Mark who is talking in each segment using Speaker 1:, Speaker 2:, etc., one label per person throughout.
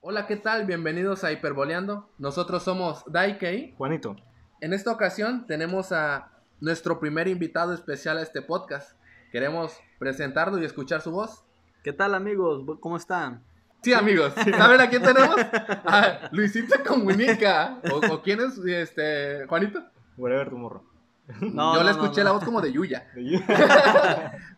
Speaker 1: Hola, ¿qué tal? Bienvenidos a Hiperboleando. Nosotros somos Daikei.
Speaker 2: Juanito.
Speaker 1: En esta ocasión tenemos a nuestro primer invitado especial a este podcast. Queremos presentarlo y escuchar su voz.
Speaker 3: ¿Qué tal amigos? ¿Cómo están?
Speaker 1: Sí, amigos. ¿Saben a quién tenemos? A Luisito Comunica. ¿O, o quién es este Juanito?
Speaker 2: Whatever tu morro.
Speaker 3: No,
Speaker 1: Yo
Speaker 3: no,
Speaker 1: le
Speaker 3: no,
Speaker 1: escuché
Speaker 3: no.
Speaker 1: la voz como de Yuya.
Speaker 2: De you.
Speaker 1: No,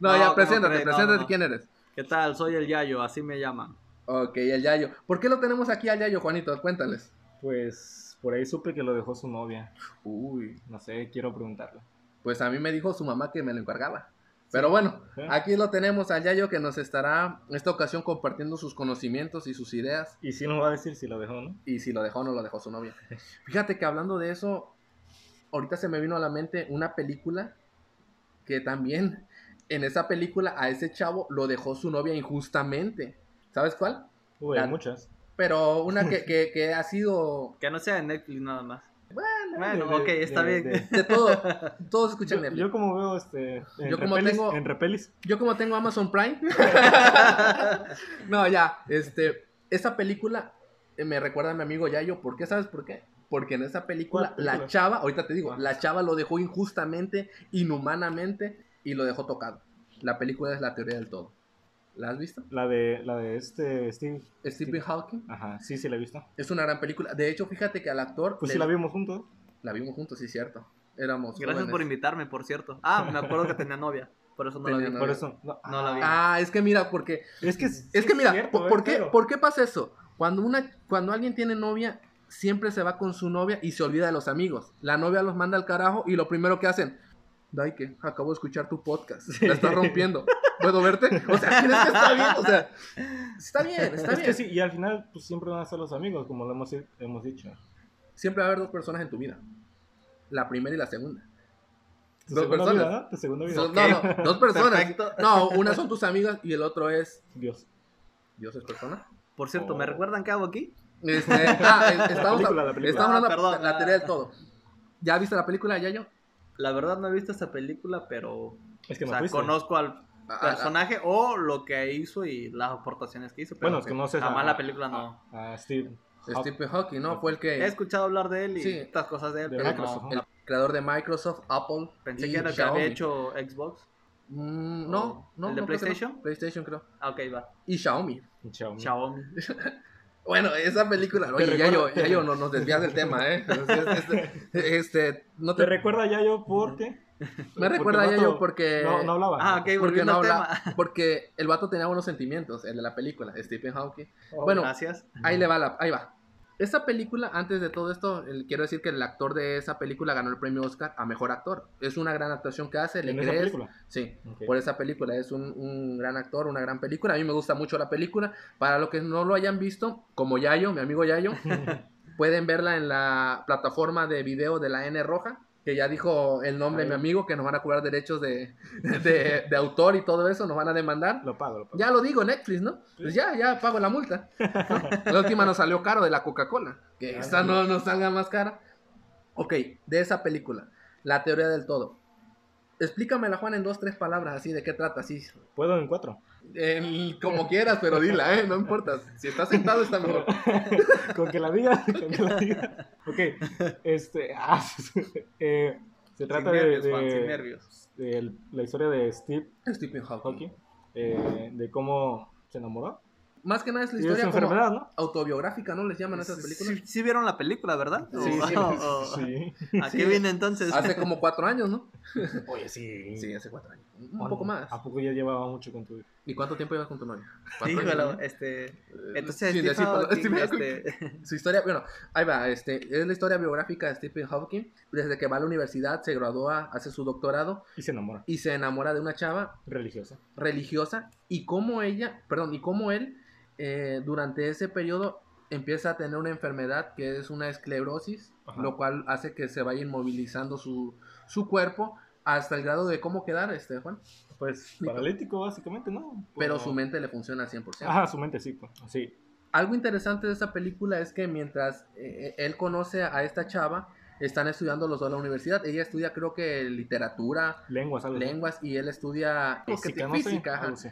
Speaker 3: No,
Speaker 1: ya,
Speaker 3: ¿cómo
Speaker 1: preséntate,
Speaker 3: crees? No,
Speaker 1: preséntate
Speaker 3: no.
Speaker 1: quién eres.
Speaker 3: ¿Qué tal? Soy el Yayo, así me llaman.
Speaker 1: Ok, el Yayo. ¿Por qué lo tenemos aquí al Yayo, Juanito? Cuéntales.
Speaker 2: Pues por ahí supe que lo dejó su novia.
Speaker 1: Uy.
Speaker 2: No sé, quiero preguntarle.
Speaker 1: Pues a mí me dijo su mamá que me lo encargaba. Pero bueno, aquí lo tenemos al Yayo que nos estará en esta ocasión compartiendo sus conocimientos y sus ideas.
Speaker 2: Y si nos va a decir si lo dejó, ¿no?
Speaker 1: Y si lo dejó o no lo dejó su novia. Fíjate que hablando de eso, ahorita se me vino a la mente una película que también en esa película a ese chavo lo dejó su novia injustamente. ¿Sabes cuál?
Speaker 2: Uy, hay
Speaker 1: Claro.
Speaker 2: muchas.
Speaker 1: Pero una que, que- que ha sido...
Speaker 3: Que no sea de Netflix nada más. Bueno,
Speaker 2: De-
Speaker 3: ok,
Speaker 2: de-
Speaker 3: está
Speaker 2: de-
Speaker 3: bien.
Speaker 2: de-
Speaker 1: De todo. Todos escuchan
Speaker 2: Yo,
Speaker 1: Netflix.
Speaker 2: yo como veo este en
Speaker 1: Yo como
Speaker 2: repelis,
Speaker 1: tengo-
Speaker 2: en repelis
Speaker 1: Yo como tengo Amazon Prime. no, ya, este, esa película eh, me recuerda a mi amigo Yayo. ¿Por qué? ¿Sabes por qué? Porque en esa película,
Speaker 2: ¿Cuál película?
Speaker 1: la chava, ahorita te digo,
Speaker 2: Ah.
Speaker 1: la chava lo dejó injustamente, inhumanamente y lo dejó tocado. La película es la teoría del todo. ¿La has visto?
Speaker 2: la de la de este Steve.
Speaker 1: Stephen Hawking.
Speaker 2: Ajá, sí, sí la he visto.
Speaker 1: Es una gran película. De hecho, fíjate que al actor
Speaker 2: Pues
Speaker 1: le-
Speaker 2: sí la vimos juntos.
Speaker 1: la vimos juntos, sí, cierto. Éramos
Speaker 3: Gracias por
Speaker 1: jóvenes.
Speaker 3: invitarme, por cierto. Ah, me acuerdo que tenía novia, por eso no la
Speaker 1: Tenía
Speaker 3: vi.
Speaker 1: novia.
Speaker 2: Por eso. No,
Speaker 3: No la vi.
Speaker 1: Ah, es que mira, porque
Speaker 2: Es que
Speaker 1: Es que mira,
Speaker 2: cierto,
Speaker 1: ¿por,
Speaker 2: eh,
Speaker 1: por qué,
Speaker 2: claro.
Speaker 1: por qué pasa eso? Cuando, una, cuando alguien tiene novia, siempre se va con su novia y se olvida de los amigos. La novia los manda al carajo y lo primero que hacen, Daike, acabo de escuchar tu podcast, la estás rompiendo, ¿puedo verte? O sea, ¿crees que está bien? O sea, está bien, está
Speaker 2: Es
Speaker 1: bien.
Speaker 2: que sí, y al final pues siempre van a ser los amigos, como lo hemos, hemos dicho.
Speaker 1: Siempre va a haber dos personas en tu vida, la primera y la segunda.
Speaker 2: Tu
Speaker 1: Dos
Speaker 2: segunda
Speaker 1: personas.
Speaker 2: vida, ¿no? Tu segunda vida.
Speaker 1: Son- no, no, dos personas.
Speaker 3: perfecto.
Speaker 1: No, una son tus amigas y el otro es,
Speaker 2: Dios.
Speaker 1: Dios es persona.
Speaker 3: Por cierto, ¿me
Speaker 2: Oh.
Speaker 3: recuerdan qué hago aquí?
Speaker 1: Este, ah, es- estamos,
Speaker 2: película, la película.
Speaker 1: estamos
Speaker 3: Ah,
Speaker 1: hablando de
Speaker 3: perdón,
Speaker 1: la
Speaker 3: ah.
Speaker 1: teoría del todo. ¿Ya viste la película, Yayo?
Speaker 3: La verdad no he visto esa película, pero
Speaker 2: Es que
Speaker 3: o
Speaker 2: no
Speaker 3: sea,
Speaker 2: fuiste.
Speaker 3: conozco al
Speaker 1: Ah, ah,
Speaker 3: personaje o lo que hizo y las aportaciones que hizo. Pero
Speaker 2: Bueno, es que no sé.
Speaker 3: Nada más
Speaker 2: a-
Speaker 3: la película no.
Speaker 2: a Steve.
Speaker 1: ah, Stephen Hawking, ¿no? Fue el
Speaker 3: He
Speaker 1: que...
Speaker 3: escuchado hablar de él y
Speaker 1: Sí.
Speaker 3: estas cosas de él,
Speaker 2: De
Speaker 3: pero
Speaker 2: Microsoft,
Speaker 3: no.
Speaker 2: ajá.
Speaker 1: el creador de Microsoft, Apple.
Speaker 3: Pensé
Speaker 1: y
Speaker 3: que era el que
Speaker 1: Xiaomi.
Speaker 3: había hecho Xbox.
Speaker 1: Mm, no, no.
Speaker 3: ¿El de
Speaker 1: no, creo que no.
Speaker 3: PlayStation?
Speaker 1: PlayStation, creo.
Speaker 3: Ah, ok, va.
Speaker 1: Y Xiaomi.
Speaker 2: Chao.
Speaker 3: Xiaomi.
Speaker 1: Bueno, esa película. Oye,
Speaker 2: recuerda-
Speaker 1: Yayo, Yayo, no, nos desvías del tema, ¿eh? Este, este, este, no
Speaker 2: Te
Speaker 1: te,
Speaker 2: recuerda a Yayo porque.
Speaker 1: me recuerda
Speaker 2: el
Speaker 1: a Yayo
Speaker 2: vato
Speaker 1: porque.
Speaker 2: No, no hablaba.
Speaker 3: Ah, ok,
Speaker 1: Porque,
Speaker 3: volviendo
Speaker 1: no
Speaker 3: al
Speaker 1: habla,
Speaker 3: tema.
Speaker 1: porque el vato tenía buenos sentimientos, el de la película, Stephen Hawking.
Speaker 2: Oh,
Speaker 1: bueno,
Speaker 3: Gracias.
Speaker 1: Ahí le va la, ahí va. Esta película, antes de todo esto, el- quiero decir que el actor de esa película ganó el premio Oscar a mejor actor. Es una gran actuación que hace, le
Speaker 2: en esa
Speaker 1: crees.
Speaker 2: película.
Speaker 1: Sí,
Speaker 2: Ok.
Speaker 1: por esa película. Es un, un gran actor, una gran película. A mí me gusta mucho la película. Para los que no lo hayan visto, como Yayo, mi amigo Yayo, pueden verla en la plataforma de video de la N Roja, que ya dijo el nombre de mi
Speaker 2: Ahí.
Speaker 1: amigo, que nos van a cobrar derechos de, de- de autor y todo eso, nos van a demandar.
Speaker 2: Lo pago, lo pago.
Speaker 1: Ya lo digo, Netflix, ¿no? Pues ya, ya pago la multa. ¿no? La última nos salió caro de la Coca-Cola. Que
Speaker 2: Ah,
Speaker 1: esta
Speaker 2: sí.
Speaker 1: no nos salga más cara. Ok, de esa película, La teoría del todo. Explícamela, Juan, en dos, tres palabras, así, de qué trata, así.
Speaker 2: Puedo en cuatro.
Speaker 1: En- como quieras, pero dila, ¿eh? No importa. Si estás sentado, está mejor.
Speaker 2: con que la diga, con que la diga. Ok, este. ah, eh, se trata
Speaker 3: sin
Speaker 2: de.
Speaker 3: nervios, Juan,
Speaker 2: de-
Speaker 3: sin nervios.
Speaker 2: de el- la historia de Steve
Speaker 1: Stephen Hawking.
Speaker 2: Hawking, eh, de cómo se enamoró.
Speaker 1: Más que nada es la
Speaker 2: Y de su
Speaker 1: historia como
Speaker 2: enfermedad, ¿no?
Speaker 1: autobiográfica, ¿no? Les llaman a esas
Speaker 3: Sí,
Speaker 1: películas.
Speaker 3: sí vieron la película, ¿verdad?
Speaker 1: Sí,
Speaker 3: O-
Speaker 1: sí,
Speaker 3: o-
Speaker 2: Sí.
Speaker 3: ¿A
Speaker 1: Sí.
Speaker 3: qué viene entonces?
Speaker 1: Hace como cuatro años, ¿no?
Speaker 2: Oye, sí. Ah.
Speaker 1: Sí, hace cuatro años. Un poco más.
Speaker 2: ¿A poco ya llevaba mucho con tu hija?
Speaker 1: ¿Y cuánto tiempo llevas con tu novia? Cuatro años,
Speaker 3: Dígalo,
Speaker 1: ¿no?
Speaker 3: este...
Speaker 1: Eh,
Speaker 3: Entonces,
Speaker 1: sin
Speaker 3: Stephen
Speaker 1: decir palabras,
Speaker 3: Hawking,
Speaker 1: Stephen Hawking.
Speaker 3: este,
Speaker 1: Su historia, bueno, ahí va, este, es la historia biográfica de Stephen Hawking. Desde que va a la universidad, se gradúa, hace su doctorado
Speaker 2: Y se enamora.
Speaker 1: y se enamora de una chava
Speaker 2: Religiosa.
Speaker 1: religiosa y cómo ella, perdón, y cómo él eh, durante ese periodo empieza a tener una enfermedad que es una esclerosis,
Speaker 2: Ajá.
Speaker 1: lo cual hace que se vaya inmovilizando su, su cuerpo hasta el grado de cómo quedar, este, Juan.
Speaker 2: Pues paralítico, básicamente, ¿no?
Speaker 1: Pero
Speaker 2: Como-
Speaker 1: su mente le funciona al 100%.
Speaker 2: Ajá, su mente, sí. pues, Sí.
Speaker 1: Algo interesante de esta película es que mientras eh, él conoce a esta chava, están estudiando los dos en la universidad. Ella estudia creo que literatura,
Speaker 2: Lenguas, algo. así.
Speaker 1: lenguas y él estudia creo que sí,
Speaker 2: Física, no sé,
Speaker 1: física, ajá.
Speaker 2: algo así.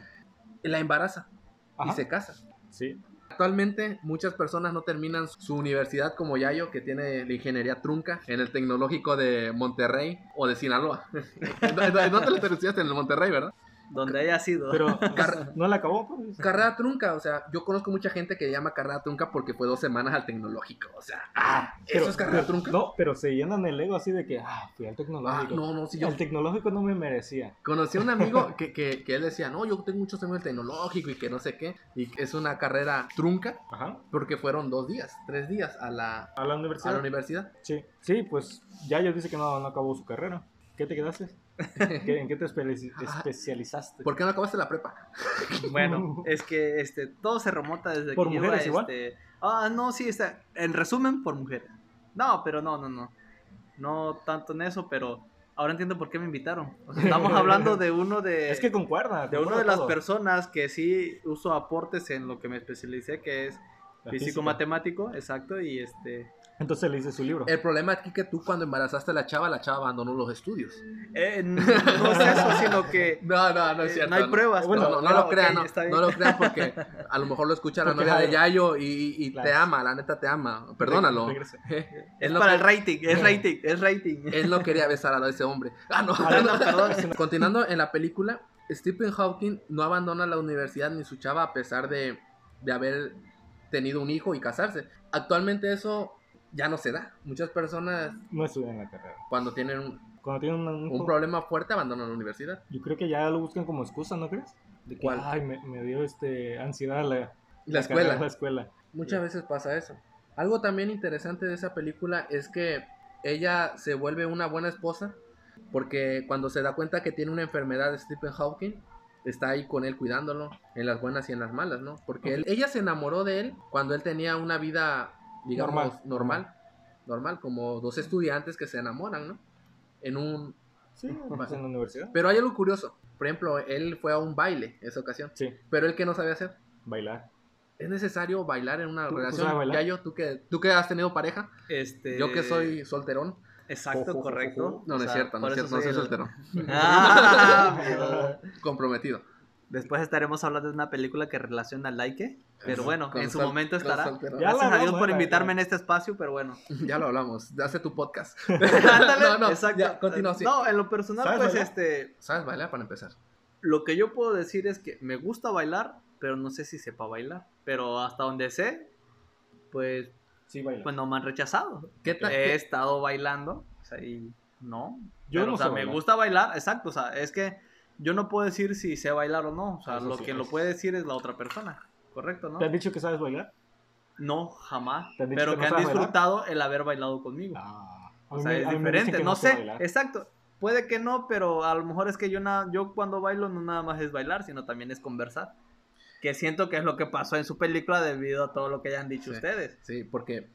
Speaker 1: La embaraza
Speaker 2: Ajá,
Speaker 1: y se casa.
Speaker 2: Sí.
Speaker 1: Actualmente muchas personas no terminan su universidad como Yayo, que tiene la ingeniería trunca en el tecnológico de Monterrey o de Sinaloa. ¿No te lo terminaste en el Monterrey, verdad?
Speaker 3: Donde haya sido.
Speaker 2: Pero pues, no la acabó, pues.
Speaker 1: Carrera trunca, o sea, yo conozco mucha gente que llama carrera trunca porque fue dos semanas al tecnológico, o sea, ah,
Speaker 2: Pero-
Speaker 1: eso es carrera
Speaker 2: pero-
Speaker 1: trunca.
Speaker 2: No, pero se llenan el ego así de que, ah, fui al
Speaker 1: Ah,
Speaker 2: tecnológico.
Speaker 1: no, no, sí, yo
Speaker 2: El tecnológico no me merecía.
Speaker 1: Conocí a un amigo que, que, que él decía, no, yo tengo muchos amigos del tecnológico y que no sé qué, y que es una carrera trunca,
Speaker 2: Ajá.
Speaker 1: porque fueron dos días, tres días a la,
Speaker 2: A la
Speaker 1: a
Speaker 2: universidad.
Speaker 1: la universidad.
Speaker 2: Sí. Sí, pues ya yo dice que no, no acabó su carrera. ¿Qué te quedaste? ¿Qué- ¿En qué te espe- especializaste?
Speaker 1: Ah, ¿Por Eh, qué no acabaste la prepa?
Speaker 3: Bueno, es que este todo se remonta desde
Speaker 2: ¿Por
Speaker 3: que
Speaker 2: mujeres
Speaker 3: yo
Speaker 2: igual?
Speaker 3: este, Ah, no, sí, está. En resumen, por mujeres. No, pero no, no, no. No tanto en eso, pero ahora entiendo por qué me invitaron. O sea, estamos hablando de uno de.
Speaker 2: es que concuerda.
Speaker 3: de
Speaker 2: concuerda
Speaker 3: una de las
Speaker 2: todo.
Speaker 3: personas que sí uso aportes en lo que me especialicé, que es
Speaker 2: La
Speaker 3: físico
Speaker 2: física.
Speaker 3: matemático, exacto, y este
Speaker 2: Entonces le hice su libro.
Speaker 1: El problema aquí que tú cuando embarazaste a la chava, la chava abandonó los estudios.
Speaker 3: eh, no es eso, sino que
Speaker 1: No, no, no
Speaker 3: eh,
Speaker 1: es cierto.
Speaker 3: no hay pruebas.
Speaker 1: No,
Speaker 2: Bueno,
Speaker 1: no, no
Speaker 3: pero,
Speaker 1: lo crean,
Speaker 3: ok,
Speaker 1: no,
Speaker 3: está bien.
Speaker 1: no lo crean porque a lo mejor lo escucha la
Speaker 2: Porque
Speaker 1: novia de
Speaker 2: Jairo.
Speaker 1: Yayo y, y te
Speaker 2: Claro.
Speaker 1: ama, la neta te ama, perdónalo.
Speaker 2: Regresa.
Speaker 3: Es
Speaker 1: Él no
Speaker 3: para
Speaker 1: cre-
Speaker 3: el rating, es rating, es rating.
Speaker 1: Él no quería besar a ese hombre. Ah, no.
Speaker 2: Ah,
Speaker 1: no,
Speaker 2: no, perdón.
Speaker 1: Continuando en la película, Stephen Hawking no abandona la universidad ni su chava a pesar de, de haber tenido un hijo y casarse. Actualmente eso ya no se da. Muchas personas
Speaker 2: No estudian la carrera.
Speaker 1: cuando tienen un,
Speaker 2: Cuando tienen un,
Speaker 1: un
Speaker 2: hijo,
Speaker 1: problema fuerte abandonan la universidad.
Speaker 2: yo creo que ya lo buscan como excusa, ¿no crees? De que,
Speaker 1: ¿Cuál?
Speaker 2: Ay, me, me dio este, ansiedad la,
Speaker 1: La
Speaker 2: carrera,
Speaker 1: escuela.
Speaker 2: La escuela.
Speaker 1: Muchas veces pasa eso. Algo también interesante de esa película es que ella se vuelve una buena esposa porque cuando se da cuenta que tiene una enfermedad de Stephen Hawking, está ahí con él cuidándolo en las buenas y en las malas, ¿no? Porque él- ella se enamoró de él cuando él tenía una vida, digamos, normal,
Speaker 2: Normal.
Speaker 1: normal, como dos estudiantes que se enamoran, ¿no? En un...
Speaker 2: Sí, pues, en la universidad.
Speaker 1: Pero hay algo curioso. Por ejemplo, él fue a un baile esa ocasión,
Speaker 2: Sí,
Speaker 1: pero él que no sabía hacer.
Speaker 2: bailar.
Speaker 1: ¿Es necesario bailar en una
Speaker 2: ¿Tú- tú
Speaker 1: relación?
Speaker 2: sabes bailar?
Speaker 1: Yayo, ¿tú que, tú que has tenido pareja,
Speaker 3: Este,
Speaker 1: yo que soy solterón.
Speaker 3: exacto,
Speaker 2: Ojo,
Speaker 3: correcto.
Speaker 1: No, no
Speaker 3: O
Speaker 1: es
Speaker 3: sea,
Speaker 1: cierto, no
Speaker 3: por
Speaker 1: es
Speaker 3: eso
Speaker 1: cierto, no soy
Speaker 3: el-
Speaker 1: solterón.
Speaker 3: Ah, mierda.
Speaker 1: Comprometido.
Speaker 3: Después estaremos hablando de una película que relaciona al like, pero bueno,
Speaker 1: Con
Speaker 3: en su
Speaker 1: sol-
Speaker 3: momento
Speaker 1: con
Speaker 3: estará.
Speaker 1: solterón.
Speaker 2: Ya.
Speaker 1: Ya.
Speaker 2: la
Speaker 3: Gracias a Dios
Speaker 2: vamos,
Speaker 3: por
Speaker 2: eh, la-
Speaker 3: invitarme
Speaker 2: la-
Speaker 3: en este espacio, pero bueno.
Speaker 1: lo hablamos, hace tu podcast.
Speaker 3: Ándale,
Speaker 1: No, no,
Speaker 3: exacto.
Speaker 1: ya, continúa, sí.
Speaker 3: No, en lo personal,
Speaker 2: ¿Sabes
Speaker 3: pues,
Speaker 2: bailar?
Speaker 3: este,
Speaker 1: ¿Sabes bailar para empezar?
Speaker 3: lo que yo puedo decir es que me gusta bailar, pero no sé si sepa bailar. Pero hasta donde sé, pues,
Speaker 2: Sí, bailar.
Speaker 3: pues no me han rechazado.
Speaker 1: ¿Qué
Speaker 2: Ah,
Speaker 1: tal?
Speaker 3: He estado bailando, o sea, y no.
Speaker 2: Yo
Speaker 3: Pero,
Speaker 2: no
Speaker 3: o sea,
Speaker 2: sé
Speaker 3: me
Speaker 2: bailar.
Speaker 3: gusta bailar, exacto, o sea, es que yo no puedo decir si sé bailar o no, o sea,
Speaker 2: Eso
Speaker 3: lo
Speaker 2: sí,
Speaker 3: que
Speaker 2: eso
Speaker 3: lo
Speaker 2: sí.
Speaker 3: puede decir es la otra persona, correcto, ¿no?
Speaker 2: ¿Te han dicho que sabes bailar?
Speaker 3: No, jamás,
Speaker 2: ¿Te han dicho
Speaker 3: pero
Speaker 2: que
Speaker 3: que,
Speaker 2: no
Speaker 3: han
Speaker 2: sabes bailar?
Speaker 3: disfrutado el haber bailado conmigo.
Speaker 2: Ah,
Speaker 3: O sea, es diferente, no sé, exacto. Puede que no, pero a lo mejor es que yo, na- yo cuando bailo no nada más es bailar, sino también es conversar. Que siento que es lo que pasó en su película debido a todo lo que hayan dicho
Speaker 1: Sí.
Speaker 3: ustedes.
Speaker 1: Sí, porque...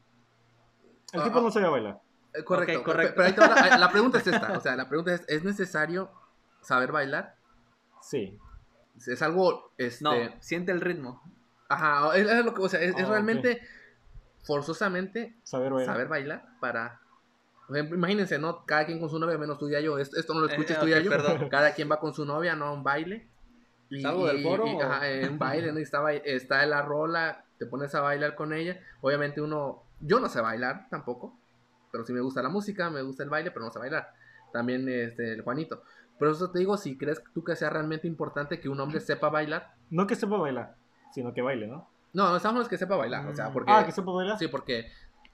Speaker 2: El tipo no sabía bailar.
Speaker 1: eh, correcto,
Speaker 3: Ok,
Speaker 1: pe-
Speaker 3: correcto.
Speaker 1: Pero ahí te va la, la pregunta es esta, o sea, la pregunta es, ¿es necesario saber bailar?
Speaker 2: Sí.
Speaker 1: Es algo, este...
Speaker 3: No, siente el ritmo.
Speaker 1: Ajá, es, es lo que, o sea, es, es
Speaker 2: Ah, ok.
Speaker 1: realmente forzosamente
Speaker 2: Saber bailar.
Speaker 1: saber bailar para... por ejemplo, imagínense, ¿no? Cada quien con su novia, menos tú y yo. Esto, esto no lo escuches
Speaker 3: Eh,
Speaker 1: tú y
Speaker 3: ok,
Speaker 1: yo.
Speaker 3: perdón.
Speaker 1: Cada quien va con su novia, ¿no? A un baile. Y,
Speaker 3: ¿Salgo del
Speaker 1: y-
Speaker 3: foro
Speaker 1: y-
Speaker 3: o?
Speaker 1: ajá, eh, un baile, ¿no? Y está, bai- está en la rola, te pones a bailar con ella. Obviamente uno... Yo no sé bailar tampoco, pero sí me gusta la música, me gusta el baile, pero no sé bailar. También este, el Juanito. Por eso te digo, si crees tú que sea realmente importante que un hombre sepa bailar...
Speaker 2: No que sepa bailar, sino que baile, ¿no?
Speaker 1: No, no estamos los que sepa bailar, o sea,
Speaker 3: Mm.
Speaker 1: porque...
Speaker 2: Ah, que sepa bailar.
Speaker 1: Sí, porque...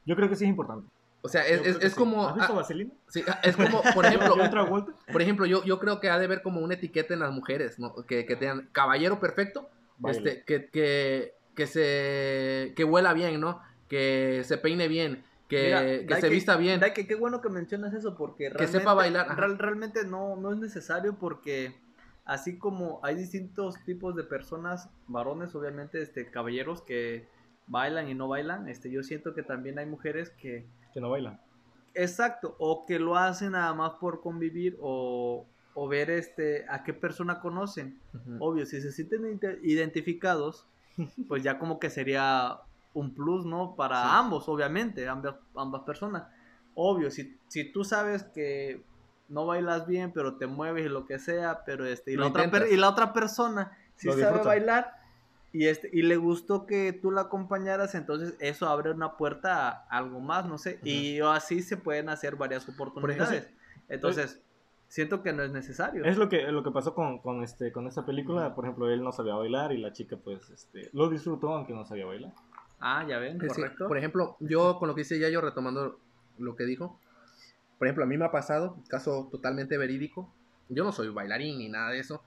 Speaker 2: Yo creo que sí es importante.
Speaker 1: O sea,
Speaker 2: Yo
Speaker 1: es,
Speaker 2: creo
Speaker 1: es-
Speaker 2: que
Speaker 1: es
Speaker 2: sí.
Speaker 1: como...
Speaker 2: ¿Has visto
Speaker 1: ah, Este,
Speaker 2: Vaselina?
Speaker 1: sí, ah, es como, por ejemplo,
Speaker 2: ¿Y otra vuelta?
Speaker 1: por ejemplo yo, yo creo que ha de ver como una etiqueta en las mujeres, ¿no? Que, que tengan caballero perfecto,
Speaker 2: Baile.
Speaker 1: este, que, que, que se que huela bien, ¿no? Que se peine bien, que,
Speaker 3: Mira,
Speaker 1: que
Speaker 3: Daike-
Speaker 1: se vista bien.
Speaker 3: Daike, qué bueno que mencionas eso porque
Speaker 1: Que
Speaker 3: realmente-
Speaker 1: sepa bailar, ajá.
Speaker 3: real- realmente no, no es necesario porque así como hay distintos tipos de personas, varones obviamente, este, caballeros que bailan y no bailan, este, yo siento que también hay mujeres que
Speaker 2: Que no baila.
Speaker 3: Exacto, o que lo hacen nada más por convivir o, o ver este a qué persona conocen.
Speaker 1: Ujú.
Speaker 3: Obvio, si se sienten inte- identificados, pues ya como que sería un plus, ¿no? Para
Speaker 1: Sí.
Speaker 3: ambos, obviamente, ambas, ambas personas. Obvio, si, si tú sabes que no bailas bien, pero te mueves y lo que sea, pero este, y,
Speaker 1: Lo
Speaker 3: la, otra per-
Speaker 1: intentas.
Speaker 3: y la otra persona, si
Speaker 2: Lo
Speaker 3: sabe
Speaker 2: disfruta.
Speaker 3: bailar, y, este, y le gustó que tú la acompañaras, entonces eso abre una puerta a algo más, no sé. Y así se pueden hacer varias oportunidades. entonces, siento que no es necesario.
Speaker 2: Es lo que, lo que pasó con, con, este, con esta película. Por ejemplo, él no sabía bailar y la chica, pues, este, lo disfrutó aunque no sabía bailar.
Speaker 3: Ah, ya ven,
Speaker 1: Es decir,
Speaker 3: correcto.
Speaker 1: por ejemplo, yo con lo que dice Yayo, retomando lo que dijo, por ejemplo, a mí me ha pasado, caso totalmente verídico, yo no soy bailarín ni nada de eso,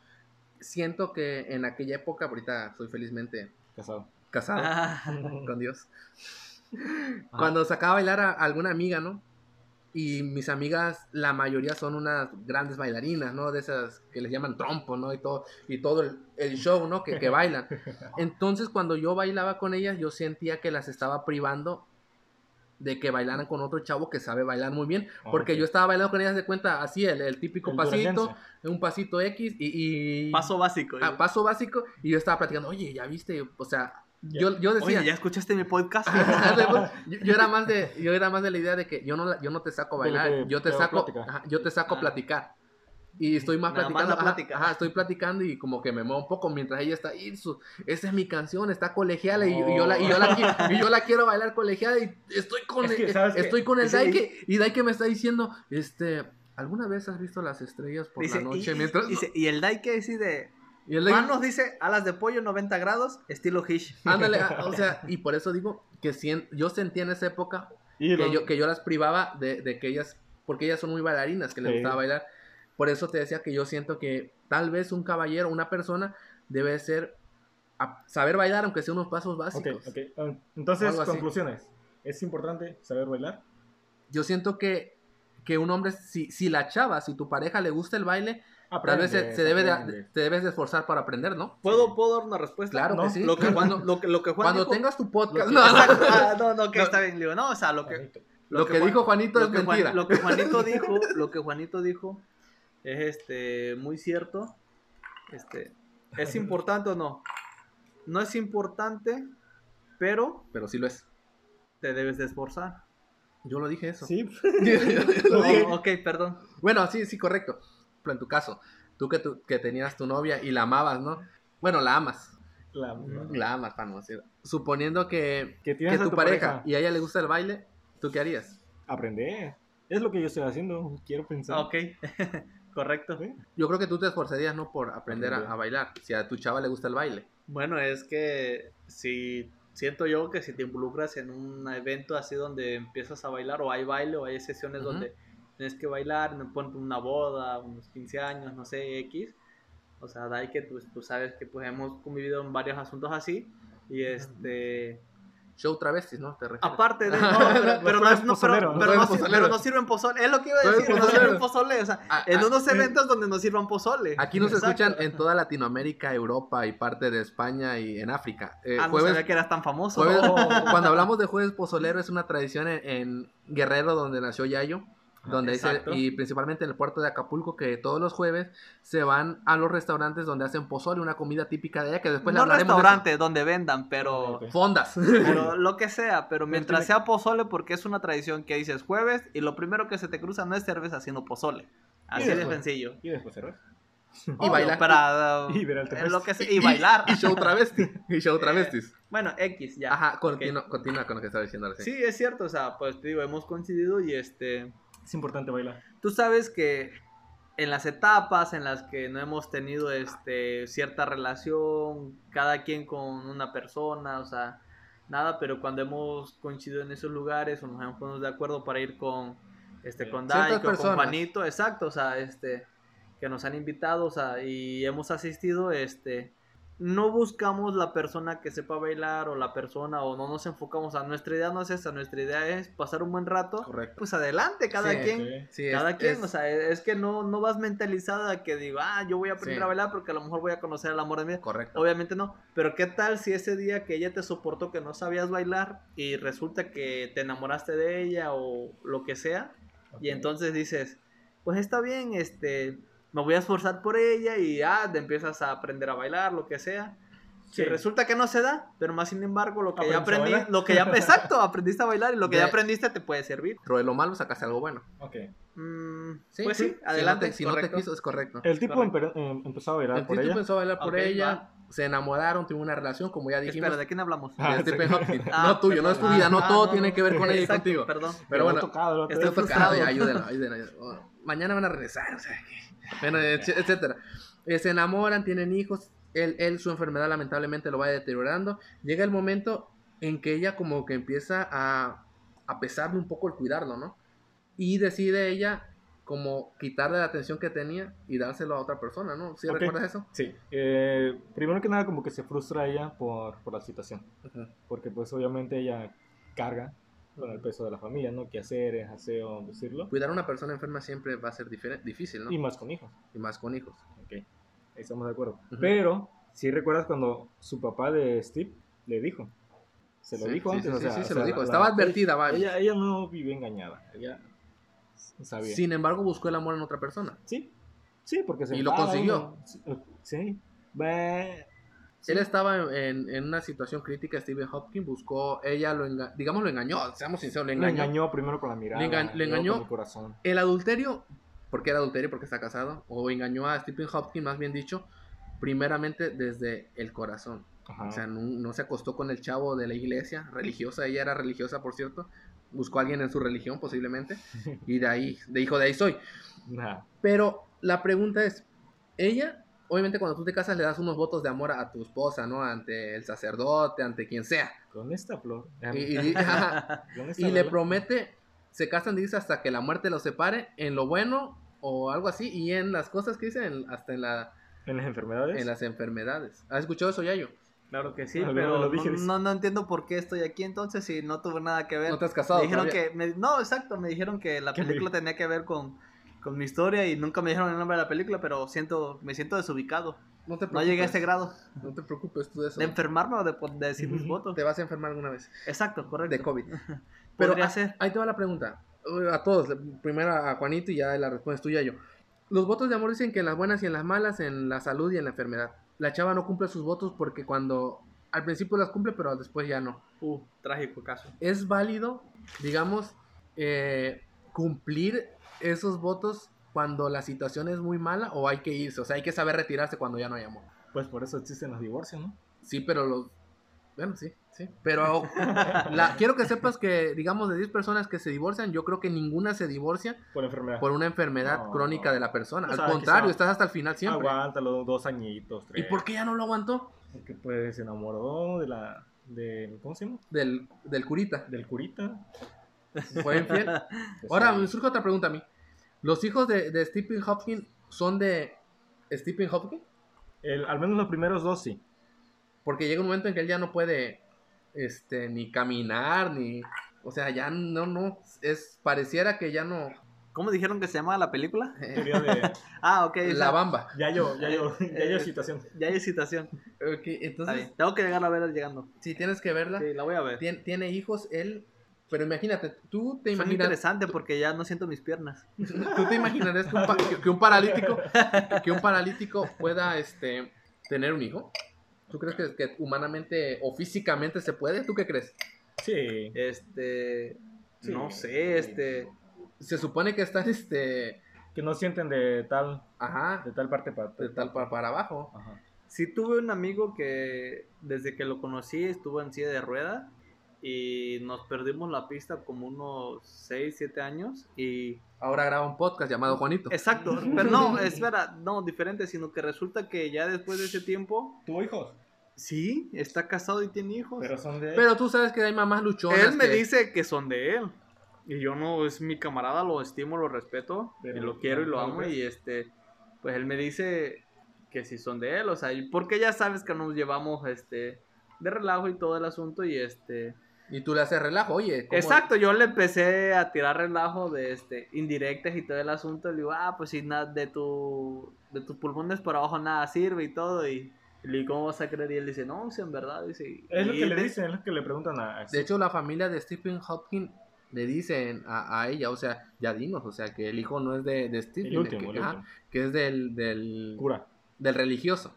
Speaker 1: siento que en aquella época, ahorita soy felizmente
Speaker 2: Casado.
Speaker 1: casado
Speaker 3: Ah,
Speaker 1: con Dios, cuando sacaba a bailar a alguna amiga, ¿no? Y mis amigas, la mayoría son unas grandes bailarinas, ¿no? De esas que les llaman trompo, ¿no? Y todo, y todo el, el show, ¿no? Que, que bailan. Entonces, cuando yo bailaba con ellas, yo sentía que las estaba privando de que bailaran con otro chavo que sabe bailar muy bien.
Speaker 2: Ah,
Speaker 1: Porque
Speaker 2: ok.
Speaker 1: yo estaba bailando con ellas de cuenta así, el, el típico
Speaker 2: El
Speaker 1: pasito,
Speaker 2: duranguense.
Speaker 1: un pasito X y... y-
Speaker 3: paso básico.
Speaker 1: ah, paso básico. Y yo estaba platicando, oye, ¿ya viste? O sea, yo, yo decía...
Speaker 3: Oye, ¿ya escuchaste mi podcast?
Speaker 1: Ándale, pues. yo, yo era más de yo era más de la idea de que yo no la- yo no te saco a
Speaker 2: De lo
Speaker 1: bailar
Speaker 2: que
Speaker 1: yo te
Speaker 2: te
Speaker 1: saco
Speaker 2: platica.
Speaker 1: ajá, yo te saco a
Speaker 3: Ah.
Speaker 1: platicar y estoy más
Speaker 3: Nada más
Speaker 1: platicando
Speaker 3: la
Speaker 1: ajá,
Speaker 3: plática.
Speaker 1: ajá, estoy platicando y como que me muevo un poco mientras ella está ahí su- esa es mi canción está colegiala y, y yo la y yo la qui- y yo la quiero bailar colegiala y estoy con
Speaker 2: Oh. Es
Speaker 1: el-
Speaker 2: que, ¿sabes qué?
Speaker 1: estoy con el
Speaker 2: Ese-
Speaker 1: Daike y Daike me está diciendo este ¿Alguna vez has visto las estrellas por
Speaker 3: Dice,
Speaker 1: la
Speaker 3: y,
Speaker 1: noche
Speaker 3: y-
Speaker 1: mientras
Speaker 3: dice, y el Daike decide.
Speaker 1: Y el Daike-
Speaker 3: Manos dice alas de pollo 90 grados, estilo Hish.
Speaker 1: ándale, ah, o sea, y por eso digo que sien- yo sentía en esa época
Speaker 2: Y
Speaker 1: que
Speaker 2: lo-
Speaker 1: yo, que yo las privaba de, de que ellas, porque ellas son muy bailarinas, que les
Speaker 2: Sí.
Speaker 1: gustaba bailar. Por eso te decía que yo siento que tal vez un caballero, una persona, debe ser a- saber bailar, aunque sea unos pasos
Speaker 2: Ok,
Speaker 1: básicos.
Speaker 2: ok. Ah, Entonces,
Speaker 1: Algo así.
Speaker 2: conclusiones. ¿Es importante saber bailar?
Speaker 1: Yo siento que, que un hombre, si, si la chava, si tu pareja le gusta el baile, tal vez se,
Speaker 2: Aprendes,
Speaker 1: se debe de-
Speaker 2: aprendes.
Speaker 1: te debes de esforzar para aprender, ¿no?
Speaker 3: ¿Puedo, ¿Puedo dar una respuesta?
Speaker 1: Claro que
Speaker 2: No,
Speaker 1: sí.
Speaker 3: Lo que
Speaker 1: cuando,
Speaker 3: Juan, lo que, lo que Juan
Speaker 1: cuando
Speaker 3: dijo-
Speaker 1: tengas tu podcast.
Speaker 3: Lo que-
Speaker 1: no, no,
Speaker 3: exacto, ah, no, no, que
Speaker 1: No.
Speaker 3: está bien, digo, no, o sea, lo que,
Speaker 1: lo que dijo Juanito
Speaker 3: lo
Speaker 1: es
Speaker 3: que Juan-
Speaker 1: mentira.
Speaker 3: lo que Juanito dijo, lo que Juanito dijo es este muy cierto. Este, ¿es importante o no? No es importante, pero
Speaker 1: Pero sí lo es.
Speaker 3: te debes de esforzar.
Speaker 1: Yo lo dije eso.
Speaker 2: Sí.
Speaker 3: Oh,
Speaker 2: Ok.
Speaker 3: ok, perdón.
Speaker 1: Bueno, sí, sí, correcto. Pero en tu caso, tú que, tu- que tenías tu novia y la amabas, ¿no? Bueno, la amas.
Speaker 2: La-
Speaker 1: La amas, para no decir. Suponiendo que, Mm. que
Speaker 2: Que tienes
Speaker 1: tu,
Speaker 2: a tu
Speaker 1: pareja,
Speaker 2: pareja.
Speaker 1: y a ella le gusta el baile, ¿tú qué harías?
Speaker 2: Aprender. Es lo que yo estoy haciendo. Quiero pensar.
Speaker 3: Ok, correcto.
Speaker 2: Sí.
Speaker 1: Yo creo que tú te esforzarías, ¿no? Por aprender a,
Speaker 2: Aprender.
Speaker 1: a bailar. Si a tu chava le gusta el baile.
Speaker 3: Bueno, es que si siento yo que si te involucras en un evento así donde empiezas a bailar o hay baile o hay sesiones
Speaker 1: Ujú.
Speaker 3: donde tienes que bailar, no ponte una boda, unos 15 años, no sé, X. O sea, Dai, que tú, tú sabes que pues hemos convivido en varios asuntos así y este
Speaker 1: Show travestis, ¿no? Te refieres.
Speaker 3: aparte de no,
Speaker 2: No,
Speaker 3: pero, pero no,
Speaker 2: tú eres
Speaker 3: no,
Speaker 2: pozolero,
Speaker 3: pero,
Speaker 2: ¿no?
Speaker 1: Tú
Speaker 3: pero no,
Speaker 1: eres
Speaker 3: sir-
Speaker 1: pozolero.
Speaker 3: pero no sirven pozole, es lo que iba a
Speaker 1: Tú eres
Speaker 3: decir, no
Speaker 1: pozolero.
Speaker 3: sirven pozole, o sea,
Speaker 1: Ah,
Speaker 3: en
Speaker 1: ah,
Speaker 3: unos eventos donde no sirvan pozole.
Speaker 1: Aquí nos
Speaker 3: Exacto.
Speaker 1: escuchan en toda Latinoamérica, Europa y parte de España y en África. Eh,
Speaker 3: Ah, no
Speaker 1: jueves-
Speaker 3: sabía que eras tan famoso.
Speaker 1: Jueves-
Speaker 2: Oh.
Speaker 1: cuando hablamos de jueves pozolero es una tradición en, en Guerrero donde nació Yayo, donde ahí se-
Speaker 3: Ah, Exacto.
Speaker 1: y principalmente en el puerto de Acapulco que todos los jueves se van a los restaurantes donde hacen pozole, una comida típica de allá que después le
Speaker 3: no
Speaker 1: pues, hablaremos de eso.
Speaker 3: restaurantes donde vendan, pero,
Speaker 2: Ok.
Speaker 1: fondas.
Speaker 3: pero lo que sea, pero mientras
Speaker 2: tiene-
Speaker 3: sea pozole, porque es una tradición que dices jueves y lo primero que se te cruza no es cerveza, sino pozole. Así de
Speaker 2: después.
Speaker 3: sencillo.
Speaker 2: Y después cerrar.
Speaker 1: y bailar
Speaker 3: Para,
Speaker 2: Y ver al
Speaker 3: eh,
Speaker 2: travesti.
Speaker 3: lo que sea, y bailar.
Speaker 1: Y, show travesti, y show travestis.
Speaker 3: Bueno, X ya.
Speaker 1: Ajá, continúa, continúa con lo que estaba diciendo recién.
Speaker 3: Sí, es cierto, o sea, pues te digo, hemos coincidido y este...
Speaker 2: Es importante bailar.
Speaker 3: tú sabes que en las etapas en las que no hemos tenido este cierta relación, cada quien con una persona, o sea, nada, pero cuando hemos coincidido en esos lugares o nos hemos puesto de acuerdo para ir con este con
Speaker 1: Ciertas
Speaker 3: Dai, con
Speaker 1: personas.
Speaker 3: Juanito, exacto, o sea, este que nos han invitado, o sea, y hemos asistido, este no buscamos la persona que sepa bailar o la persona o no nos enfocamos a nuestra idea no es esa, nuestra idea es pasar un buen rato,
Speaker 1: Correcto.
Speaker 3: pues adelante cada
Speaker 1: Sí,
Speaker 3: quien
Speaker 2: Sí.
Speaker 1: Sí, es-
Speaker 3: Pues, cada quien,
Speaker 1: es-
Speaker 3: o sea, e, es es que no, no vas mentalizada que digo, ah, yo voy a aprender
Speaker 1: Sí.
Speaker 3: a bailar porque a lo mejor voy a conocer el amor de mi vida.
Speaker 1: correcto.
Speaker 3: Obviamente no, pero ¿qué tal si ese día que ella te soportó que no sabías bailar y resulta que te enamoraste de ella o lo que sea? Y entonces dices, pues está bien, este, me voy a esforzar por ella y ah, te empiezas a aprender a bailar, lo que sea.
Speaker 2: Sí.
Speaker 3: Si resulta que no se da, pero más sin embargo, lo que
Speaker 2: Aprendiste
Speaker 3: ya
Speaker 2: a
Speaker 3: aprendí,
Speaker 2: bailar.
Speaker 3: lo que ya, exacto, aprendiste a bailar y lo que
Speaker 1: De-
Speaker 3: ya aprendiste te puede servir.
Speaker 1: Dentro de lo malo sacaste algo bueno.
Speaker 2: Ok.
Speaker 3: Mm,
Speaker 1: Sí,
Speaker 3: pues
Speaker 1: sí,
Speaker 3: sí,
Speaker 1: Si no
Speaker 3: adelante.
Speaker 1: te, si no te
Speaker 3: correcto.
Speaker 1: quiso, es correcto.
Speaker 2: El tipo
Speaker 3: Correcto.
Speaker 2: empe- em- empezó a bailar
Speaker 1: El
Speaker 2: por
Speaker 1: tipo
Speaker 2: ella.
Speaker 1: empezó a bailar por
Speaker 3: Ok,
Speaker 1: ella.
Speaker 3: va.
Speaker 1: se enamoraron, tuvieron una relación, como ya dijimos.
Speaker 3: Espera, ¿de quién hablamos?
Speaker 1: de Stephen Hopkins.
Speaker 3: Ah,
Speaker 1: no tuyo, no es tu vida, no
Speaker 3: ah,
Speaker 1: todo
Speaker 3: no,
Speaker 1: tiene
Speaker 3: no.
Speaker 1: que ver con ella y
Speaker 3: Exacto,
Speaker 1: contigo.
Speaker 3: Perdón.
Speaker 1: Pero bueno, este
Speaker 2: tocado, ¿no?
Speaker 1: Estoy
Speaker 3: Estoy
Speaker 1: tocado,
Speaker 3: frustrado.
Speaker 1: ayúdenlo, ayúdenlo. ayúdenlo. Mañana van a regresar, o sea, que- bueno, et- etcétera. Eh, se enamoran, tienen hijos, él, él, su enfermedad lamentablemente lo va deteriorando. Llega el momento en que ella como que empieza a, a pesarle un poco el cuidarlo, ¿no? Y decide ella como quitarle la atención que tenía y dárselo a otra persona, ¿no? ¿Sí
Speaker 2: Ok.
Speaker 1: recuerdas eso?
Speaker 2: Sí, eh, primero que nada como que se frustra ella por, por la situación, porque pues obviamente ella carga con el peso de la familia, ¿no? Quehaceres, aseo, decirlo,
Speaker 1: Cuidar a una persona enferma siempre va a ser diferen- difícil, Pues, ¿no?
Speaker 2: y
Speaker 1: Y,
Speaker 2: más con hijos,
Speaker 1: más con hijos.
Speaker 2: ok, ahí estamos de acuerdo.
Speaker 1: Ujú.
Speaker 2: Pero, si recuerdas cuando su papá de Steve le dijo, se lo
Speaker 1: Sí,
Speaker 2: dijo
Speaker 1: sí,
Speaker 2: antes,
Speaker 1: sí,
Speaker 2: o sea,
Speaker 1: sí, sí,
Speaker 2: o
Speaker 1: se
Speaker 2: sea,
Speaker 1: lo
Speaker 2: la-
Speaker 1: dijo.
Speaker 2: la-
Speaker 1: Estaba advertida, va.
Speaker 2: Ella, ella no vive engañada, ella sabía.
Speaker 1: Sin embargo, buscó el amor en otra persona.
Speaker 2: Sí, sí, porque se
Speaker 1: Y lo
Speaker 2: enfada
Speaker 1: consiguió.
Speaker 2: uno. Sí, eh, Sí, Ve- sí.
Speaker 1: Él estaba en, en una situación crítica, Stephen Hopkins buscó, ella lo enga- digamos lo engañó, seamos sinceros, lo
Speaker 2: Lo
Speaker 1: engañó.
Speaker 2: engañó primero con la mirada.
Speaker 1: Le enga- le
Speaker 2: luego
Speaker 1: engañó.
Speaker 2: Con el corazón.
Speaker 1: El adulterio, porque era adulterio, porque está casado, o engañó a Stephen Hopkins, más bien dicho, primeramente desde el corazón.
Speaker 2: Ajá.
Speaker 1: O sea, no, no se acostó con el chavo de la iglesia, religiosa, ella era religiosa, por cierto, buscó a alguien en su religión posiblemente, y de ahí, de hijo de ahí soy.
Speaker 2: Ajá.
Speaker 1: Pero la pregunta es, ella, obviamente cuando tú te casas le das unos votos de amor a, a tu esposa, ¿no? Ante el sacerdote, ante quien sea.
Speaker 2: Con esta flor. em,
Speaker 1: Y, y- ajá.
Speaker 2: con esta
Speaker 1: Y le
Speaker 2: vela.
Speaker 1: promete, se casan, dice, hasta que la muerte los separe, en lo bueno o algo así, y en las cosas que dicen, hasta en, la,
Speaker 2: En las enfermedades.
Speaker 1: en las enfermedades. ¿Has escuchado eso, Yayo?
Speaker 3: Claro que sí,
Speaker 2: Algo
Speaker 3: pero
Speaker 2: me lo dije,
Speaker 3: no-
Speaker 2: dice.
Speaker 3: no, no entiendo por qué estoy aquí entonces si no tuve nada que ver.
Speaker 1: No te has casado.
Speaker 3: me dijeron
Speaker 1: todavía.
Speaker 3: que me- no, exacto, me dijeron que la
Speaker 2: ¿Qué me
Speaker 3: película tenía que ver con, con mi historia y nunca me dijeron el nombre de la película, pero siento me siento desubicado.
Speaker 1: No, te
Speaker 3: No
Speaker 1: preocupes,
Speaker 3: llegué a este grado
Speaker 1: No te preocupes tú de eso.
Speaker 3: de enfermarme o de, po- de decir mis
Speaker 2: Ujú.
Speaker 3: votos.
Speaker 1: Te vas a enfermar alguna vez
Speaker 3: Exacto, correcto.
Speaker 1: de COVID. Pero
Speaker 3: Podría
Speaker 1: ah,
Speaker 3: ser.
Speaker 1: ahí te va la pregunta. Eh, A todos, primero a Juanito y ya la respuesta es tuya yo. Los votos de amor dicen que en las buenas y en las malas, en la salud y en la enfermedad. La chava no cumple sus votos porque cuando al principio las cumple, pero después ya no.
Speaker 3: Uh, trágico caso.
Speaker 1: ¿Es válido, digamos, eh, cumplir esos votos cuando la situación es muy mala o hay que irse? O sea, hay que saber retirarse cuando ya no hay amor.
Speaker 2: Pues por eso existen los divorcios, ¿no?
Speaker 1: Sí, pero los... Bueno, sí, sí. Pero la- quiero que sepas que, digamos, de 10 personas que se divorcian, yo creo que ninguna se divorcia
Speaker 2: Por enfermedad.
Speaker 1: por una enfermedad
Speaker 2: No.
Speaker 1: crónica de la persona.
Speaker 2: O
Speaker 1: Al
Speaker 2: sea,
Speaker 1: contrario,
Speaker 2: quizá-
Speaker 1: estás hasta el final siempre.
Speaker 2: Aguanta los dos añitos,
Speaker 1: ¿Y
Speaker 2: tres.
Speaker 1: por qué ya no lo aguantó?
Speaker 2: Porque pues se enamoró de la. De, ¿Cómo se llama?
Speaker 1: Del, del curita.
Speaker 2: Del curita.
Speaker 1: Fue infiel.
Speaker 2: Pues,
Speaker 1: Ahora
Speaker 2: sí.
Speaker 1: me surge otra pregunta a mí. ¿Los hijos de, de Stephen Hopkins son de Stephen Hopkins?
Speaker 2: El- al menos los primeros dos sí.
Speaker 1: Porque llega un momento en que él ya no puede este, ni caminar, ni... O sea, ya no, no, es, pareciera que ya no...
Speaker 3: ¿Cómo dijeron que se llamaba la película?
Speaker 1: eh,
Speaker 2: Teoría de.
Speaker 3: Ah, ok.
Speaker 1: la
Speaker 3: esa-
Speaker 1: bamba.
Speaker 2: Ya yo, ya yo, ya
Speaker 1: Eh,
Speaker 2: yo situación.
Speaker 3: ya hay citación.
Speaker 1: Ok,
Speaker 3: Está
Speaker 1: entonces,
Speaker 3: bien. Tengo que llegar a verla llegando.
Speaker 1: si tienes que verla,
Speaker 3: Sí, la voy a ver.
Speaker 1: tien- tiene hijos él, pero imagínate, tú te
Speaker 3: Suena
Speaker 1: imaginas...
Speaker 3: interesante porque ya no siento mis piernas.
Speaker 1: ¿Tú te imaginarías que un, pa- que- que un paralítico que un paralítico pueda este tener un hijo? ¿Tú crees que, que humanamente o físicamente se puede? ¿Tú qué crees?
Speaker 2: Sí.
Speaker 3: Este,
Speaker 2: Sí.
Speaker 3: no sé, este,
Speaker 1: Se supone que estás este
Speaker 2: Que no sienten de tal,
Speaker 1: ajá,
Speaker 2: de tal parte para.
Speaker 1: de tal para, para abajo.
Speaker 2: Ajá.
Speaker 3: sí tuve un amigo que desde que lo conocí estuvo en silla de rueda y nos perdimos la pista como unos 6, 7 años y
Speaker 1: Ahora graba un podcast llamado Juanito.
Speaker 3: exacto, pero no, espera, no, diferente, sino que resulta que ya después de ese tiempo
Speaker 2: Tuvo hijos.
Speaker 3: sí, está casado y tiene hijos.
Speaker 2: Pero son de.
Speaker 1: Pero tú sabes que hay mamás luchonas.
Speaker 3: él me
Speaker 1: que-
Speaker 3: dice que son de él. Y yo no, es mi camarada, lo estimo, lo respeto,
Speaker 2: Pero
Speaker 3: y lo quiero y lo
Speaker 2: no
Speaker 3: amo.
Speaker 2: ves.
Speaker 3: Y este, pues él me dice que si son de él, o sea, y porque ya sabes que nos llevamos este de relajo y todo el asunto. Y este,
Speaker 1: Y tú le haces relajo, oye. ¿cómo-
Speaker 3: exacto, yo le empecé a tirar relajo de este, indirectas y todo el asunto. Le digo, ah, pues si nada, de, tu, de tus pulmones para abajo nada sirve y todo. Y le digo, ¿cómo vas a creer? Y él dice, no, si en verdad, dice.
Speaker 2: Es lo
Speaker 3: y
Speaker 2: que le
Speaker 3: me-
Speaker 2: dicen, es lo que le preguntan a. a-
Speaker 1: De hecho, la familia de Stephen Hopkins le dicen a, a ella, o sea, ya dinos, o sea, que el hijo no es de, de Stephen,
Speaker 2: el último,
Speaker 1: que, ah,
Speaker 2: el
Speaker 1: ajá,
Speaker 2: último.
Speaker 1: que es del, del
Speaker 2: Cura.
Speaker 1: del religioso.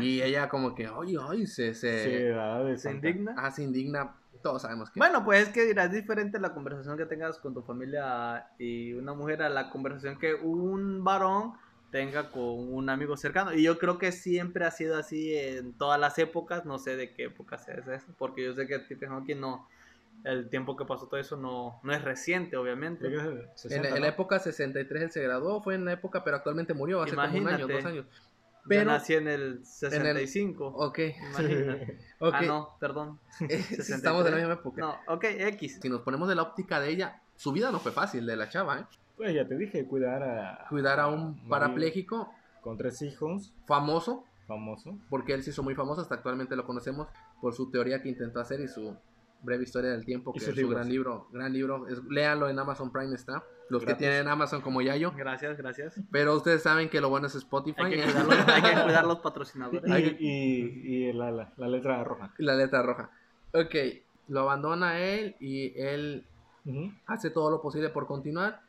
Speaker 1: Y ella como que, ay, ay, se,
Speaker 2: Sí,
Speaker 1: se,
Speaker 2: la edad de
Speaker 3: ¿Se
Speaker 2: Santa.
Speaker 3: indigna?
Speaker 1: ah, se indigna. Todos sabemos que...
Speaker 3: Bueno, pues es que dirás diferente la conversación que tengas con tu familia y una mujer a la conversación que un varón tenga con un amigo cercano. Y yo creo que siempre ha sido así en todas las épocas. No sé de qué época sea esa, porque yo sé que aquí no. El tiempo que pasó todo eso no, no es reciente, obviamente.
Speaker 2: Creo que es el 60,
Speaker 1: en, en
Speaker 2: ¿no?
Speaker 1: la época 63 él se graduó, fue en la época, pero actualmente murió hace como un año,
Speaker 3: Imagínate.
Speaker 1: dos años.
Speaker 3: Pero
Speaker 1: Pero-
Speaker 3: nací en el 65.
Speaker 1: Ok,
Speaker 3: Imagínate.
Speaker 1: ok. Eh,
Speaker 3: Ah, no, perdón.
Speaker 1: Estamos en la
Speaker 3: 63.
Speaker 1: misma época.
Speaker 3: No, ok, X.
Speaker 1: Si nos ponemos de la óptica de ella, su vida no fue fácil de la chava, ¿eh?
Speaker 2: Pues ya te dije, cuidar a...
Speaker 1: Cuidar a un
Speaker 2: María
Speaker 1: parapléjico
Speaker 2: Con tres hijos,
Speaker 1: famoso,
Speaker 2: famoso.
Speaker 1: porque él se hizo muy famoso, hasta actualmente lo conocemos por su teoría que intentó hacer y su breve historia del tiempo, que
Speaker 2: Y
Speaker 1: es
Speaker 2: sus
Speaker 1: su
Speaker 2: libros.
Speaker 1: gran libro, gran libro, es, léanlo en Amazon Prime está, los
Speaker 2: Gratis.
Speaker 1: que tienen Amazon como Yayo,
Speaker 3: Gracias, gracias.
Speaker 1: pero ustedes saben que lo bueno es Spotify,
Speaker 3: Hay que cuidar los, hay que cuidar los patrocinadores.
Speaker 2: Y, y- y la, la- la letra roja.
Speaker 1: la letra roja. Ok, lo abandona él y él
Speaker 2: Ujú.
Speaker 1: hace todo lo posible por continuar.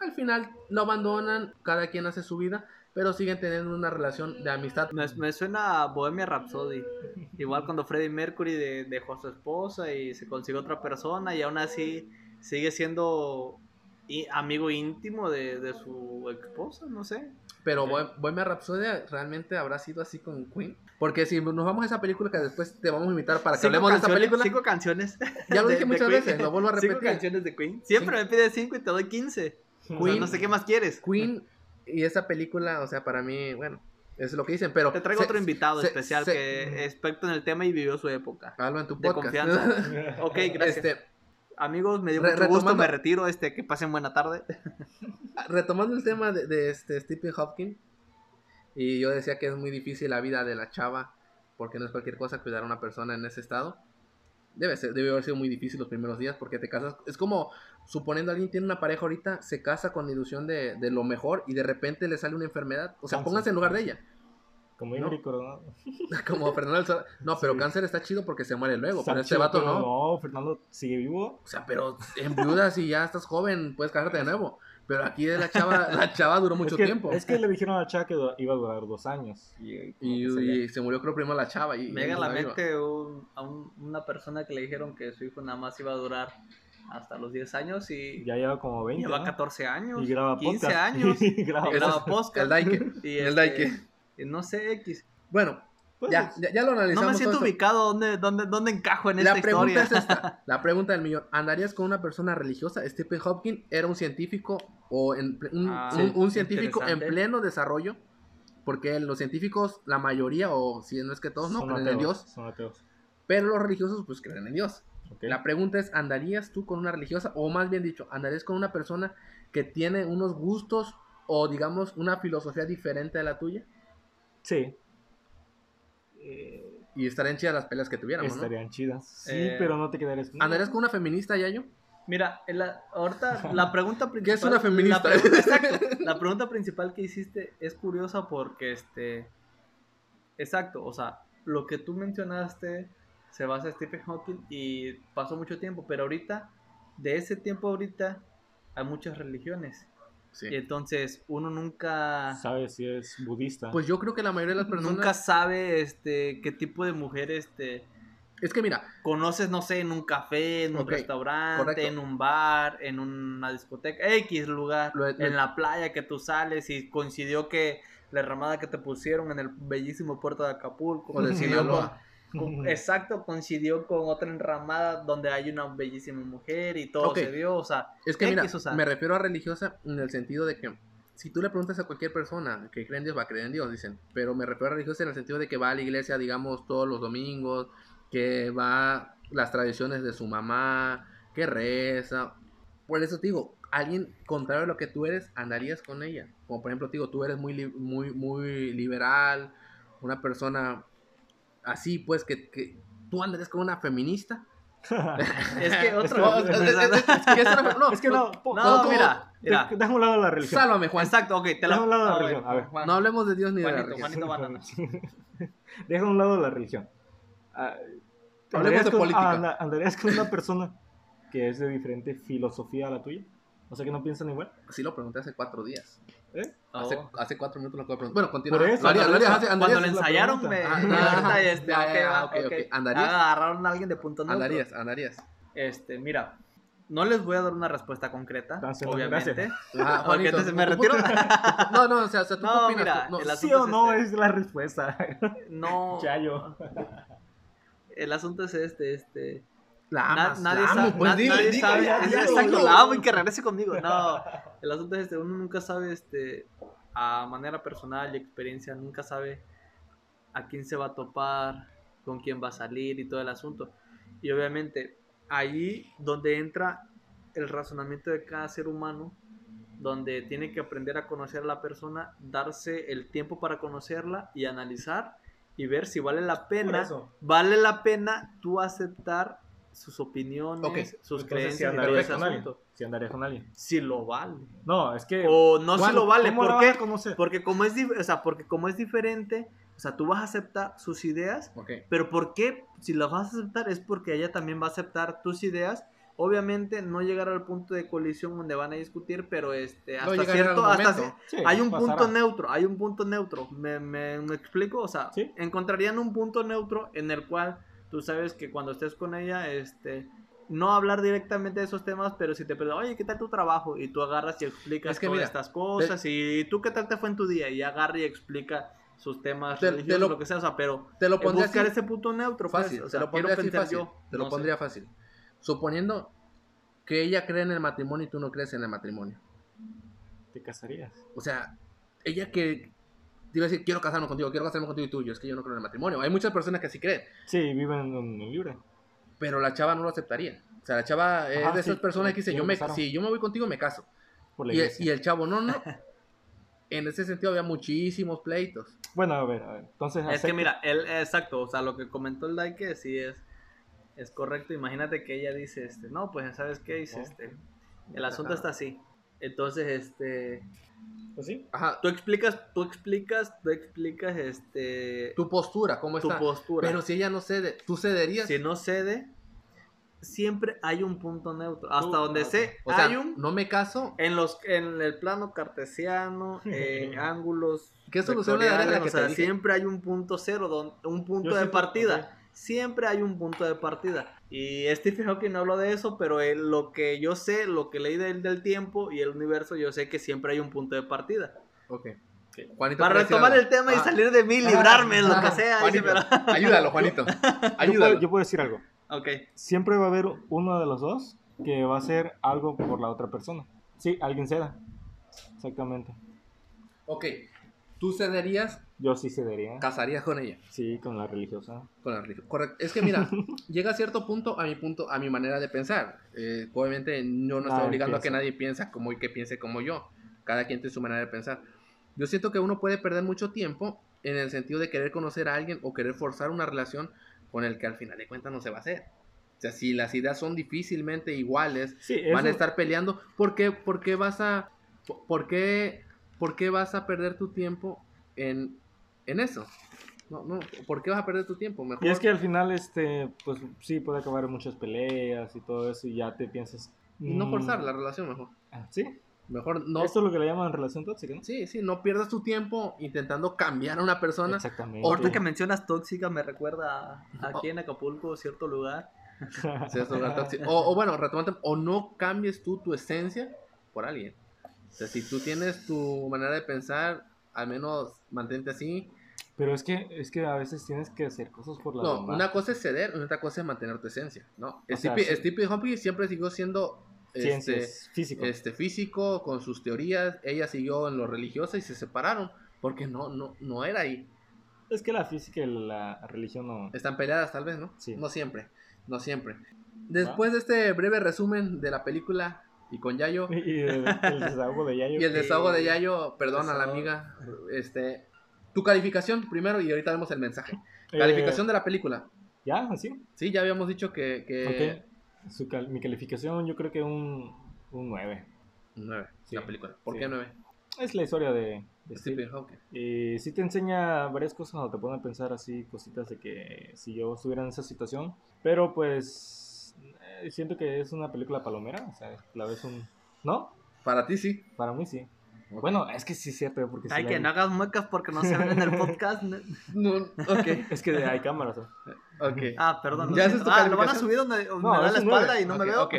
Speaker 1: Al final lo abandonan, cada quien hace su vida, pero siguen teniendo una relación de amistad.
Speaker 3: Me, me suena a Bohemia Rhapsody. Igual cuando Freddie Mercury de- dejó a su esposa y se consiguió otra persona y aún así sigue siendo i- amigo íntimo de, de su esposa, no sé.
Speaker 1: Pero Bohem- Bohemia Rhapsody realmente habrá sido así con Queen. Porque si nos vamos a esa película que después te vamos a invitar para que
Speaker 3: Cinco
Speaker 1: hablemos de esa
Speaker 3: canciones-
Speaker 1: película,
Speaker 3: Cinco canciones.
Speaker 1: ya lo
Speaker 3: de-
Speaker 1: dije
Speaker 3: de
Speaker 1: muchas
Speaker 3: Queen.
Speaker 1: veces, lo vuelvo a
Speaker 3: Cinco
Speaker 1: repetir.
Speaker 3: canciones de Queen. Siempre me pides cinco y te doy quince. O sea,
Speaker 1: Queen.
Speaker 3: no sé qué más quieres.
Speaker 1: Queen y esa película, o sea, para mí, bueno, es lo que dicen, pero...
Speaker 3: Te traigo
Speaker 1: se-
Speaker 3: otro invitado
Speaker 1: se-
Speaker 3: especial
Speaker 1: se-
Speaker 3: que es experto en el tema y vivió su época.
Speaker 1: Hablo en tu
Speaker 3: De
Speaker 1: podcast.
Speaker 3: confianza. Ok, gracias.
Speaker 1: Este,
Speaker 3: Amigos, me dio
Speaker 1: Re-
Speaker 3: mucho gusto,
Speaker 1: retomando-
Speaker 3: me retiro, este, que pasen buena tarde.
Speaker 1: retomando el tema de, de este Stephen Hopkins, y yo decía que es muy difícil la vida de la chava, porque no es cualquier cosa cuidar a una persona en ese estado. Debe ser, debe haber sido muy difícil los primeros días, porque te casas. Es como suponiendo alguien tiene una pareja ahorita, se casa con la ilusión de, de lo mejor y de repente le sale una enfermedad. O sea,
Speaker 2: Cáncer.
Speaker 1: pónganse en lugar de ella,
Speaker 2: Como yo
Speaker 1: No.
Speaker 2: Coronado.
Speaker 1: como Fernando del Solar. No, pero
Speaker 2: Sí.
Speaker 1: cáncer está chido porque se muere luego,
Speaker 2: Está
Speaker 1: pero este
Speaker 2: chido,
Speaker 1: vato
Speaker 2: pero
Speaker 1: no.
Speaker 2: No, Fernando sigue vivo.
Speaker 1: O sea, pero en viudas y ya estás joven, puedes casarte de nuevo. Pero aquí de la chava, la chava duró mucho
Speaker 2: es que,
Speaker 1: tiempo.
Speaker 2: Es que le dijeron a Chá que du- iba a durar dos años. Y, como
Speaker 1: Y,
Speaker 2: que se
Speaker 1: y se murió creo primero la chava. Y,
Speaker 3: Me llega a
Speaker 1: y
Speaker 3: la
Speaker 1: la viva.
Speaker 3: mente un- a un- una persona que le dijeron que su hijo nada más iba a durar hasta los 10 años y
Speaker 2: Ya lleva como 20.
Speaker 3: lleva
Speaker 2: ¿no?
Speaker 3: 14 años,
Speaker 2: Y graba
Speaker 3: 15
Speaker 2: podcast.
Speaker 3: años,
Speaker 2: Y graba-
Speaker 1: Ese
Speaker 3: graba
Speaker 1: es
Speaker 3: podcast.
Speaker 1: El Daike.
Speaker 3: y
Speaker 1: El
Speaker 3: este,
Speaker 1: Daike.
Speaker 3: y no sé, X.
Speaker 1: Bueno,
Speaker 2: Pues,
Speaker 1: ya, ya, ya lo
Speaker 3: No
Speaker 1: analizamos.
Speaker 3: me siento
Speaker 1: todo esto.
Speaker 3: ubicado dónde, dónde, dónde encajo en
Speaker 1: La
Speaker 3: esta
Speaker 1: pregunta
Speaker 3: historia.
Speaker 1: es esta. La pregunta del millón. ¿Andarías con una persona religiosa? Stephen Hopkins era un científico o en ple- un,
Speaker 3: Ah,
Speaker 1: un-
Speaker 3: sí,
Speaker 1: un científico en
Speaker 3: interesante.
Speaker 1: pleno desarrollo. Porque los científicos, la mayoría, o si no es que todos, no
Speaker 2: son
Speaker 1: creen en
Speaker 2: ateos,
Speaker 1: Dios.
Speaker 2: Son ateos.
Speaker 1: Pero los religiosos, pues creen en Dios.
Speaker 2: ok.
Speaker 1: La pregunta es, ¿andarías tú con una religiosa? O más bien dicho, ¿andarías con una persona que tiene unos gustos o digamos una filosofía diferente a la tuya?
Speaker 2: Sí. Eh,
Speaker 1: Y estarían chidas las peleas que tuviéramos,
Speaker 2: estarían chidas. Sí,
Speaker 3: Eh,
Speaker 2: pero no te quedarías
Speaker 1: ¿no? ¿Andarías con una feminista, Yayo?
Speaker 3: Mira, en la, ahorita la pregunta principal.
Speaker 1: Que es una feminista.
Speaker 3: La pregunta, exacto, la pregunta principal que hiciste es curiosa porque, este. Exacto, o sea, lo que tú mencionaste se basa en Stephen Hawking y pasó mucho tiempo, pero ahorita, de ese tiempo ahorita, hay muchas religiones.
Speaker 1: Sí.
Speaker 3: Y entonces uno nunca.
Speaker 2: Sabes si es budista.
Speaker 1: Pues yo creo que la mayoría de las personas...
Speaker 3: Nunca sabe este qué tipo de mujer este
Speaker 1: Es que mira,
Speaker 3: conoces, no sé, en un café, en un
Speaker 1: Ok,
Speaker 3: restaurante,
Speaker 1: correcto.
Speaker 3: en un bar, en una discoteca, X lugar,
Speaker 1: Lo- lo-
Speaker 3: en la playa que tú sales y coincidió que la ramada que te pusieron en el bellísimo puerto de Acapulco,
Speaker 1: o de
Speaker 3: coincidió
Speaker 1: Sinaloa.
Speaker 3: con- con- exacto, coincidió con otra enramada donde hay una bellísima mujer y todo
Speaker 1: Ok.
Speaker 3: se dio, o sea,
Speaker 1: Es que mira,
Speaker 3: X, o sea.
Speaker 1: me refiero a religiosa en el sentido de que si tú le preguntas a cualquier persona que cree en Dios, va a creer en Dios, dicen. Pero me refiero a religiosa en el sentido de que va a la iglesia, digamos, todos los domingos, que va las tradiciones de su mamá, que reza. Por eso te digo, alguien contrario a lo que tú eres, andarías con ella. Como por ejemplo, te digo, tú eres muy, li- muy, muy liberal, una persona así, pues, que, que tú andarías con una feminista.
Speaker 3: es que otra
Speaker 1: No, o sea, es- es- es que es una- no,
Speaker 2: es que no. po-
Speaker 3: No,
Speaker 1: todo-
Speaker 3: mira, mira.
Speaker 2: Deja a un lado la religión.
Speaker 1: Sálvame, Juan.
Speaker 3: Exacto, ok, te la
Speaker 2: Deja a un lado la
Speaker 3: Ah,
Speaker 2: religión,
Speaker 3: bueno,
Speaker 2: a ver.
Speaker 3: Juan,
Speaker 1: No hablemos de Dios ni de la
Speaker 3: Juanito,
Speaker 1: religión.
Speaker 3: Juanito Banana.
Speaker 2: Deja a un lado la religión. Ah,
Speaker 1: Hablemos de
Speaker 2: con-
Speaker 1: política.
Speaker 2: anda- ¿Andarías con una persona que es de diferente filosofía a la tuya? O sea, que no piensan igual.
Speaker 1: Sí lo pregunté hace cuatro días.
Speaker 3: Oh.
Speaker 1: Hace, hace cuatro minutos lo acabo de preguntar. Bueno, continúa.
Speaker 2: Por eso,
Speaker 1: Lo haría- lo haría,
Speaker 2: andarías-
Speaker 1: hace-
Speaker 3: Cuando
Speaker 1: andarías-
Speaker 3: lo
Speaker 2: es la
Speaker 3: ensayaron, me.
Speaker 2: pregunta.
Speaker 1: Ah,
Speaker 3: me
Speaker 1: ah,
Speaker 3: ahorita,
Speaker 1: ah,
Speaker 3: este,
Speaker 1: ya,
Speaker 3: ok,
Speaker 1: ya,
Speaker 3: va,
Speaker 1: ok,
Speaker 3: ok.
Speaker 1: ok. ¿Andarías?
Speaker 3: Agarraron a alguien de punto neutro.
Speaker 1: Andarías, andarías.
Speaker 3: Este, mira, No les voy a dar una respuesta concreta,
Speaker 2: Gracias,
Speaker 3: obviamente.
Speaker 2: gracias.
Speaker 1: Ah,
Speaker 3: Ok,
Speaker 1: Juanito,
Speaker 3: entonces me
Speaker 1: ¿tú-
Speaker 3: retiro.
Speaker 1: No, no, o sea, o sea, ¿tú
Speaker 3: No,
Speaker 1: qué opinas?
Speaker 3: mira,
Speaker 1: Tú- no,
Speaker 3: el as-
Speaker 2: Sí o no
Speaker 3: Entonces,
Speaker 2: es la respuesta.
Speaker 3: No,
Speaker 2: Chayo.
Speaker 3: el asunto es este, este.
Speaker 1: la
Speaker 3: na-
Speaker 1: amas,
Speaker 3: nadie
Speaker 1: la
Speaker 3: sabe,
Speaker 1: amo, pues
Speaker 3: na-
Speaker 1: dile,
Speaker 3: nadie
Speaker 1: dile,
Speaker 3: sabe-
Speaker 1: ya,
Speaker 3: es-
Speaker 1: dilo,
Speaker 3: exacto,
Speaker 1: dilo.
Speaker 3: la amo y que regrese conmigo. No, el asunto es este, uno nunca sabe, este, a manera personal y experiencia, nunca sabe a quién se va a topar, con quién va a salir y todo el asunto. Y obviamente, ahí donde entra el razonamiento de cada ser humano, donde tiene que aprender a conocer a la persona, darse el tiempo para conocerla y analizar y ver si vale la
Speaker 2: Por
Speaker 3: pena
Speaker 2: eso.
Speaker 3: vale la pena tú aceptar sus opiniones,
Speaker 1: Ok,
Speaker 3: sus
Speaker 2: Entonces, si
Speaker 3: creencias y todo
Speaker 2: andarías
Speaker 3: ese
Speaker 2: con alguien.
Speaker 3: asunto.
Speaker 2: Si andarías con alguien.
Speaker 3: Si lo vale.
Speaker 2: No, es que.
Speaker 3: O no si
Speaker 2: Juan,
Speaker 3: lo vale.
Speaker 2: ¿cómo la
Speaker 3: ¿Por
Speaker 2: vas a
Speaker 3: qué?
Speaker 2: conocer?
Speaker 3: Porque como, es dif- o sea, porque como es diferente, o sea, tú vas a aceptar sus ideas,
Speaker 1: Ok.
Speaker 3: pero ¿por qué? Si las vas a aceptar es porque ella también va a aceptar tus ideas. Obviamente no llegar al punto de colisión donde van a discutir, pero este, hasta
Speaker 1: llegará
Speaker 3: cierto,
Speaker 1: algún
Speaker 3: hasta,
Speaker 1: momento.
Speaker 2: Sí,
Speaker 3: hay un
Speaker 2: pasará.
Speaker 3: punto neutro, hay un punto neutro. ¿Me, me- me explico? O sea,
Speaker 2: Sí.
Speaker 3: encontrarían un punto neutro en el cual tú sabes que cuando estés con ella, este, no hablar directamente de esos temas, pero si te preguntan, oye, ¿qué tal tu trabajo? Y tú agarras y explicas
Speaker 1: Es que
Speaker 3: todas
Speaker 1: mira,
Speaker 3: estas cosas. Y tú, ¿qué tal te fue en tu día? Y agarra y explica sus temas
Speaker 1: Te- te
Speaker 3: religiosos,
Speaker 1: lo-
Speaker 3: lo... que sea, o sea, pero
Speaker 1: Te lo
Speaker 3: eh,
Speaker 1: pondría
Speaker 3: buscar
Speaker 1: así,
Speaker 3: ese punto neutro, pues,
Speaker 1: fácil.
Speaker 3: o sea,
Speaker 1: te lo
Speaker 3: quiero
Speaker 1: pondría así
Speaker 3: pensar
Speaker 1: fácil.
Speaker 3: yo.
Speaker 1: te lo
Speaker 3: no sé.
Speaker 1: pondría fácil. Suponiendo que ella cree en el matrimonio y tú no crees en el matrimonio.
Speaker 2: Te casarías.
Speaker 1: O sea, ella que te iba a decir, quiero casarme contigo, quiero casarme contigo y tú, yo es que yo no creo en el matrimonio. Hay muchas personas que sí creen,
Speaker 2: Sí, viven en un libre.
Speaker 1: pero la chava no lo aceptaría. O sea, la chava es
Speaker 3: Ah,
Speaker 2: Ajá,
Speaker 1: de
Speaker 2: sí,
Speaker 1: esas personas que dice,
Speaker 2: ya
Speaker 1: yo me,
Speaker 2: empezaron.
Speaker 1: si yo me voy contigo, me caso.
Speaker 2: Por la
Speaker 1: Y el,
Speaker 2: iglesia.
Speaker 1: y el chavo, no, no. En ese sentido había muchísimos pleitos.
Speaker 2: Bueno, a ver, a ver. Entonces,
Speaker 3: Es que
Speaker 2: acepta-
Speaker 3: mira, él, exacto, o sea, lo que comentó el Daike sí es, es correcto. Imagínate que ella dice, este, no, pues sabes qué, dice,
Speaker 2: Oh.
Speaker 3: este, el asunto está así. Entonces, este,
Speaker 2: Pues sí.
Speaker 1: Ajá,
Speaker 3: tú explicas, tú explicas, tú explicas, este, tu,
Speaker 1: tu postura, ¿cómo está?
Speaker 3: postura.
Speaker 1: Pero si ella no cede, ¿tú cederías?
Speaker 3: si no cede, siempre hay un punto neutro. Hasta
Speaker 2: Tú-
Speaker 3: donde
Speaker 2: ah,
Speaker 3: sé,
Speaker 1: o sea,
Speaker 3: hay un...
Speaker 1: no me caso.
Speaker 3: En, los, en el plano cartesiano, en ángulos.
Speaker 1: ¿Qué solución le darías a la
Speaker 3: vectoriales,
Speaker 1: que
Speaker 3: o sea,
Speaker 1: te dije?
Speaker 3: siempre hay un punto cero, don- un punto
Speaker 2: Yo
Speaker 3: de
Speaker 2: sí-
Speaker 3: partida.
Speaker 2: ok.
Speaker 3: siempre hay un punto de partida. Y Stephen Hawking no habló de eso, pero él- lo que yo sé, lo que leí de él del tiempo y el universo, yo sé que siempre hay un punto de partida.
Speaker 1: Ok.
Speaker 2: Ok.
Speaker 1: Juanito,
Speaker 3: Para
Speaker 1: ¿quieres decir
Speaker 3: retomar
Speaker 1: algo?
Speaker 3: el tema y
Speaker 1: Ah,
Speaker 3: salir de mí,
Speaker 1: ah,
Speaker 3: librarme, lo que
Speaker 1: ah,
Speaker 3: sea. dice,
Speaker 1: Juanito,
Speaker 3: pero-
Speaker 1: Ayúdalo, Juanito.
Speaker 2: Yo puedo,
Speaker 1: Ayúdalo.
Speaker 2: yo puedo decir algo.
Speaker 3: Ok,
Speaker 2: Siempre va a haber uno de los dos que va a hacer algo por la otra persona. Sí, alguien ceda. Exactamente.
Speaker 1: Ok. ¿Tú cederías,
Speaker 2: Yo sí cedería.
Speaker 1: casarías con ella?
Speaker 2: Sí, con la religiosa.
Speaker 1: Con la religión. Correcto. Es que mira, llega a cierto punto a mi punto, a mi manera de pensar. Eh, obviamente yo no estoy
Speaker 2: Nadie
Speaker 1: obligando a que
Speaker 2: piensa.
Speaker 1: nadie piensa como y que piense como yo. Cada quien tiene su manera de pensar. Yo siento que uno puede perder mucho tiempo en el sentido de querer conocer a alguien o querer forzar una relación con el que al final de cuentas no se va a hacer. O sea, si las ideas son difícilmente iguales,
Speaker 2: Sí, eso,
Speaker 1: van a estar peleando. ¿Por qué, por qué vas a por- por qué, por qué vas a perder tu tiempo en, en eso? No, no, ¿por qué vas a perder tu tiempo? Mejor.
Speaker 2: Y es que al final, este, pues sí, puede acabar en muchas peleas y todo eso, y ya te piensas.
Speaker 1: y no
Speaker 2: mm,
Speaker 1: forzar la relación mejor.
Speaker 2: ah, Sí,
Speaker 1: Mejor no.
Speaker 2: esto es lo que le llaman relación tóxica, ¿no?
Speaker 1: Sí, sí, no pierdas tu tiempo intentando cambiar a una persona.
Speaker 2: Exactamente.
Speaker 1: Ahorita
Speaker 3: ahorita que mencionas tóxica me recuerda a- aquí en Acapulco, cierto lugar.
Speaker 1: Sí, es un lugar tóxico. o, o bueno, retomando, o no cambies tú tu esencia por alguien. O sea, si tú tienes tu manera de pensar, al menos mantente así.
Speaker 2: Pero es que, es que a veces tienes que hacer cosas por la
Speaker 1: No,
Speaker 2: demás.
Speaker 1: una cosa es ceder, y otra cosa es mantener tu esencia, ¿no?
Speaker 2: O sea,
Speaker 1: Stephen
Speaker 2: sí.
Speaker 1: Stephen Hawking siempre siguió siendo este,
Speaker 2: Ciencias, físico.
Speaker 1: este físico con sus teorías, ella siguió en lo religioso y se separaron porque no no no era ahí.
Speaker 2: Es que la física y la religión no.
Speaker 1: Están peleadas tal vez, ¿no?
Speaker 2: Sí.
Speaker 1: No siempre, no siempre. Después de este breve resumen de la película y con Yayo
Speaker 2: Y el, el desahogo de Yayo.
Speaker 1: y el
Speaker 2: que-
Speaker 1: desahogo de Yayo, perdón a la
Speaker 3: Desahogo.
Speaker 1: amiga, este tu calificación primero y ahorita vemos el mensaje.
Speaker 2: eh,
Speaker 1: Calificación de la película.
Speaker 2: Ya, así.
Speaker 1: Sí, ya habíamos dicho que, que
Speaker 2: ok. Su cal- mi calificación, yo creo que un, un 9.
Speaker 1: Nueve,
Speaker 2: Sí,
Speaker 1: la película. ¿Por
Speaker 2: sí.
Speaker 1: qué nueve?
Speaker 2: Es la historia de, de Steve.
Speaker 1: Stephen Hawking.
Speaker 2: Y Eh, sí te enseña varias cosas o te pone a pensar así cositas de que si yo estuviera en esa situación. Pero pues eh, siento que es una película palomera. O sea, la ves un... ¿No?
Speaker 1: Para ti sí.
Speaker 2: Para mí sí. Bueno, es que sí es cierto. Porque sí
Speaker 3: Ay,
Speaker 2: la
Speaker 3: que
Speaker 2: vi.
Speaker 3: no hagas muecas porque no se ven en el podcast. ¿no?
Speaker 1: No, ok,
Speaker 2: Es que hay cámaras. ¿eh?
Speaker 1: ok.
Speaker 3: Ah, perdón. lo
Speaker 1: Ya esa
Speaker 3: siento.
Speaker 1: es tu
Speaker 3: Ah, lo van a
Speaker 1: calificación.
Speaker 3: subir donde o me
Speaker 2: No,
Speaker 3: da
Speaker 2: es
Speaker 3: la
Speaker 2: un
Speaker 3: espalda
Speaker 2: nueve.
Speaker 3: y no
Speaker 1: Ok,
Speaker 3: me veo.
Speaker 1: ok.